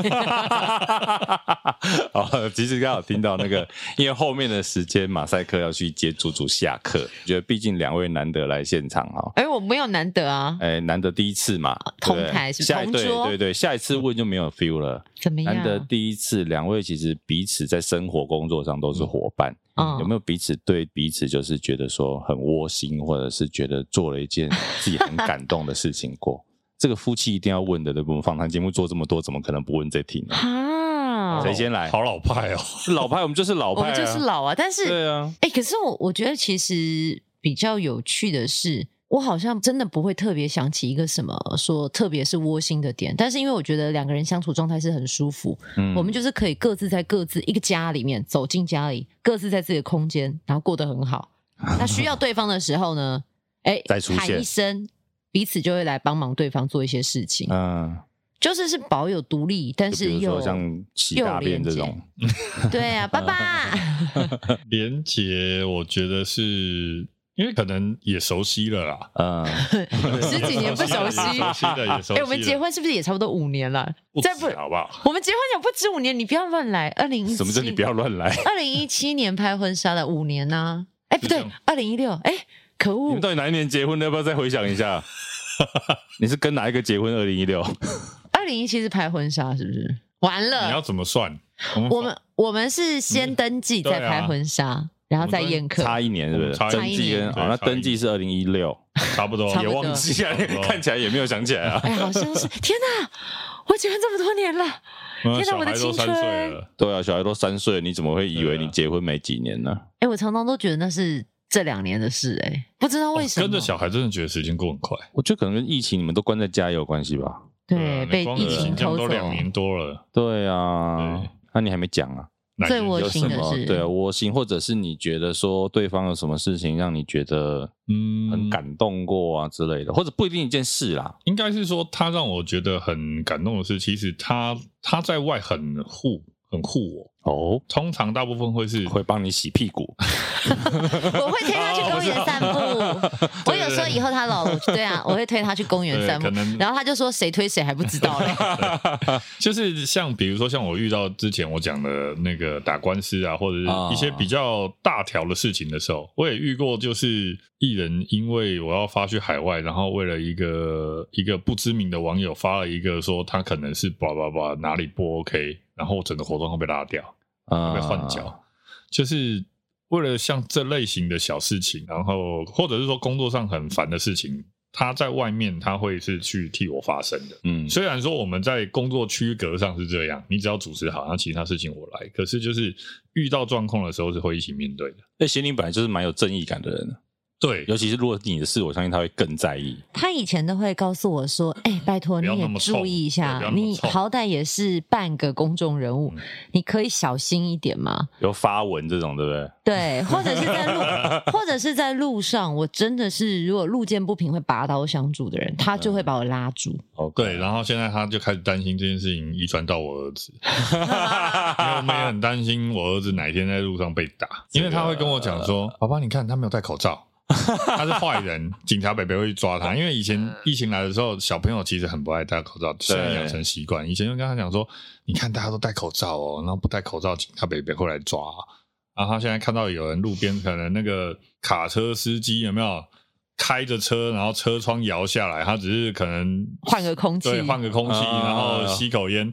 A: 哦，其实刚好听到那个， 因为后面的时间马赛克要去接祖祖下课，觉得毕竟两位难得来现场哈，
B: 哎，我没有难得啊，
A: 哎，难得第一次嘛，对不对
B: 哦同台是不是
A: 下一
B: 同
A: 对
B: 桌
A: 对对，下一次问就没有 feel 了。
B: 怎么样？
A: 难得第一次，两位其实彼此在生活工作上都是伙伴，
B: 嗯
A: 有没有彼此对彼此就是觉得说很窝心，或者是觉得做了一 件自己很感动的事情过？这个夫妻一定要问的，对不对？我们访谈节目做这么多，怎么可能不问这题呢？
B: 哈，
A: 谁先来？
C: 好老派哦，
A: 老派，我们就是老
B: 哦我
A: 派、啊，
B: 们就是老啊，但是
A: 对啊，
B: 哎、可是我我觉得其实比较有趣的是，我好像真的不会特别想起一个什么说特别是窝心的点，但是因为我觉得两个人相处状态是很舒服，
A: 嗯
B: 我们就是可以各自在各自一个家里面走进家里，各自在自己的空间，然后过得 很好。那需要对方的时候呢，哎、
A: 再出
B: 喊
A: 现
B: 一声，彼此就会来帮忙对方做一些事情，
A: 嗯，
B: 就是是保有独立，但
A: 就是比如
B: 又
A: 说像洗大便这种，
B: 对啊，爸爸，
C: 连结我觉得是因为可能也熟悉了啦，
A: 嗯，
B: 十几年不熟悉。
C: 熟悉的也熟悉
B: 哎、
C: 了
B: 我们结婚是不是也差不多五年了？
C: 不
B: 再不
C: 止好不好？
B: 我们结婚也不止五年，你不要乱来。二零一
A: 什么叫你不要乱 来？
B: 二零一七年拍婚纱的五年呢、哎、不
C: 是这
B: 对
C: 样，
B: 二零一六。哎，可
A: 你
B: 恶
A: 们！到底哪一年结婚的？要不要再回想一下？ 你是跟哪一个结婚？二零一六，
B: 二零一七是拍婚纱，是不是？完
C: 你要
B: 了，
C: 怎么算？
B: 呃
C: 嗯
B: 我们我们是先登记
C: 对
B: 再
C: 啊
B: 拍婚纱，然后再宴客。
A: 差一年是不是？
C: 差一
A: 登记
B: 年
A: 跟
C: 对
A: 哦，那
C: 差一
A: 登记是二零一六，
C: 差不多
B: 差不
A: 也
B: 多
A: 忘记啊，
C: 差不 多
A: 看起来也没有想起来啊。
B: 哎，好像是天哪！我结婚这么多年了，
C: 嗯
B: 天哪
C: 小
B: 我的
C: 孩都
B: 青
C: 三
B: 春
C: 岁了，
A: 对啊，小孩都三岁，你怎么会以为
C: 对啊
A: 你结婚没几年呢？
B: 哎，我常常都觉得那是这两年的事，哎，不知道为什么。
C: 跟着小孩哦真的觉得时间过很快，
A: 我觉得可能跟疫情你们都关在家也有关系吧。
B: 对
C: 啊
B: 被
C: 你光
B: 疫情
C: 这样
B: 偷走，
C: 都两年多了，
A: 对啊
C: 对，
A: 那你还没讲啊？
C: 哪
B: 最
C: 天
B: 窝
C: 就
A: 有
B: 心
A: 什
B: 的
A: 么
B: 是
A: 对啊窝心，或者是你觉得说对方有什么事情让你觉得
C: 嗯
A: 很感动过啊之类的，或者不一定一件事啦。
C: 应该是说，他让我觉得很感动的是，其实他他在外很护很护我。
A: 哦，
C: 通常大部分会是
A: 会帮你洗屁股，
B: 我会推他去公园散步。 我有时候以后他老了，我就对啊，我会推他去公园散步
C: 对可能。
B: 然后他就说谁推谁还不知 道嘞。
C: 就是像比如说像我遇到之前我讲的那个打官司啊，或者是一些比较大条的事情的时候，我也遇过，就是艺人因为我要发去海外，然后为了一个一个不知名的网友发了一个说他可能是叭叭叭哪里不 OK，然后整个活动会被拉掉。
A: 啊
C: 会换脚，就是为了像这类型的小事情，然后或者是说工作上很烦的事情，他在外面他会是去替我发声的。
A: 嗯，
C: 虽然说我们在工作区隔上是这样，你只要主持好，那其他事情我来。可是就是遇到状况的时候是会一起面对的。
A: 那贤玲本来就是蛮有正义感的人，
C: 对，
A: 尤其是如果你的事，我相信他会更在意。
B: 他以前都会告诉我说：“哎、拜托
C: 不
B: 你
C: 要那
B: 也
C: 么冲
B: 注意一
C: 对不
B: 下
C: 要，那么
B: 你
C: 冲
B: 好歹也是半个公众人物
C: 嗯，
B: 你可以小心一点嘛。
A: 有发文这种，对不对？
B: 对，或者是 在路，或者是在路上，我真的是如果路见不平会拔刀相助的人，他
C: 嗯
B: 就会把我拉住。
A: 哦，
C: 对，然后现在他就开始担心这件事情遗传到我儿子， 因为我们也很担心我儿子哪一天在路上被打，因为他会跟我讲说：“爸爸，你看他没有戴口罩，他是坏人，警察北北会去抓他。”因为以前疫情来的时候，小朋友其实很不爱戴口罩，现在养成习惯。以前就跟他讲说：“你看大家都戴口罩哦，然后不戴口罩，警察北北会来抓、啊然后他现在看到有人路边可能那个卡车司机有没有？开着车，然后车窗摇下来，他只是可能
B: 换个空气
C: 对，换个空气，
A: 啊
C: 然后吸口烟。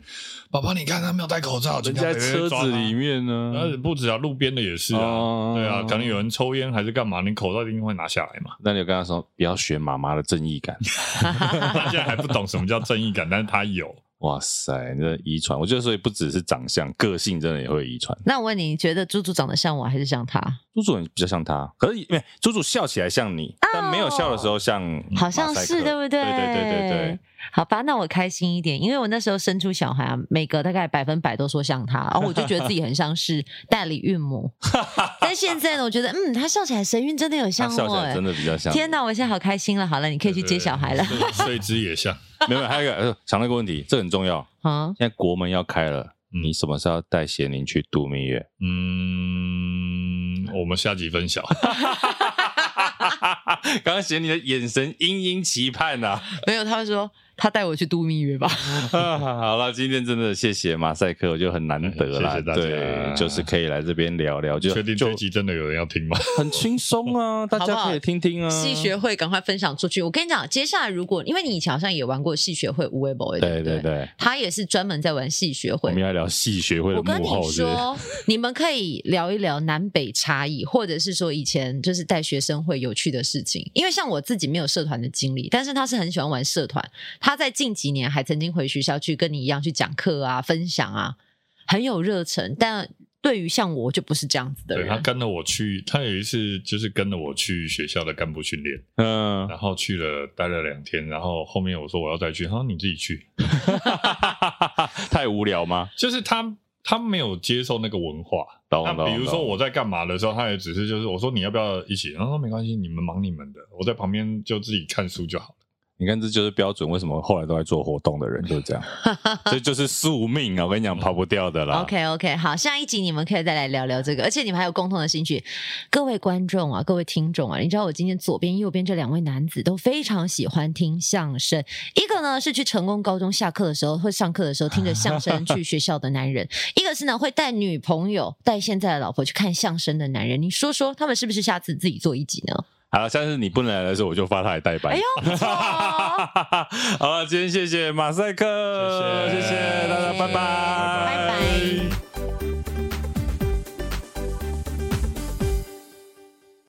C: 宝宝，你看他没有戴口罩，
A: 人家在车子里。面呢，
C: 呃，不止啊，路边的也是啊，
A: 哦
C: 对啊，可能有人抽烟还是干嘛，你口罩一定会拿下来 嘛。
A: 那你就跟他说不要学妈妈的正义感。
C: 他现在还不懂什么叫正义感，但是他有。
A: 哇塞，那遗传，我觉得所以不只是长相，个性真的也会遗传。
B: 那我问你，你觉得猪猪长得像我还是像他？
A: 猪猪比较像他，可是没猪猪笑起来像你，但没有笑的时候像
B: 好像
A: 嗯马赛克
B: 是对不对？
A: 对对对对对。
B: 好吧，那我开心一点，因为我那时候生出小孩啊，每个大概百分百都说像他，然后我就觉得自己很像是代理 孕母。但现在呢，我觉得嗯，他笑起来神韵真的有
A: 他
B: 像
A: 笑起
B: 我、
A: 来
B: 欸
A: 真。的比较像你。
B: 天哪，我现在好开心了。好了，你可以去接小孩了
C: 对，对对睡姿也像。
A: 没有，没有还有一个呃想到一个问题，这很重要。
B: 啊！
A: 现在国门要开了，
C: 嗯
A: 你什么时候要带贤玲去度蜜月？
C: 嗯，我们下集分享。
A: 刚刚贤玲的眼神殷殷期盼呐、
B: 没有，他会说他带我去度蜜 月吧。
A: 啊，好了，今天真的谢谢马赛克，我就很难得啦，
C: 谢谢大家
A: 对，就是可以来这边聊聊， 就
C: 确定
A: 就
C: 这集真的有人要听吗？
A: 很轻松啊，大
B: 好不
A: 家
B: 好
A: 可以听听啊。
B: 戏学会赶快分享出去。我跟你讲，接下来如果因为你以前好像也玩过戏学会无微博，
A: 对
B: 对
A: 对
B: 不，
A: 对，
B: 他也是专门在玩戏学
A: 我
B: 会
A: 们。要聊戏学会的
B: 我跟
A: 幕
B: 你
A: 后，是不是
B: 说，你们可以聊一聊南北差异，或者是说以前就是带学生会有趣的事情。因为像我自己没有社团的经历，但是他是很喜欢玩社团。他在近几年还曾经回学校去跟你一样去讲课啊、分享啊，很有热忱。但对于像我，我就不是这样子的
C: 对他
B: 人。
C: 跟了我去，他有一次就是跟了我去学校的干部训练，
A: 嗯，
C: 然后去了待了两天，然后后面我说我要再去，他说你自己去，
A: 太无聊吗？
C: 就是他他没有接受那个文化。
A: 懂
C: 那
A: 懂。
C: 比如说
A: 懂
C: 我在干嘛的时候，他也只是就是我说你要不要一起，然后说没关系，你们忙你们的，我在旁边就自己看书就好了。
A: 你看，这就是标准。为什么后来都在做活动的人就是 这样？这就是宿命啊！我跟你讲，跑不掉的啦。
B: OK OK，好，下一集你们可以再来聊聊这个，而且你们还有共同的兴趣。各位观众啊，各位听众啊，你知道我今天左边右边这两位男子都非常喜欢听相声，一个呢是去成功高中下课的时候会上课的时候听着相声去学校的男人， 一个是呢会带女朋友带现在的老婆去看相声的男人。你说说他们是不是下次自己做一集呢？
A: 好了，下次你不能来的时候，我就发他来代班。
B: 哎呦，不错哦
A: 好了，今天谢谢马赛克，
C: 谢谢
A: 谢谢大家，拜拜，
B: 拜
C: 拜
B: 拜。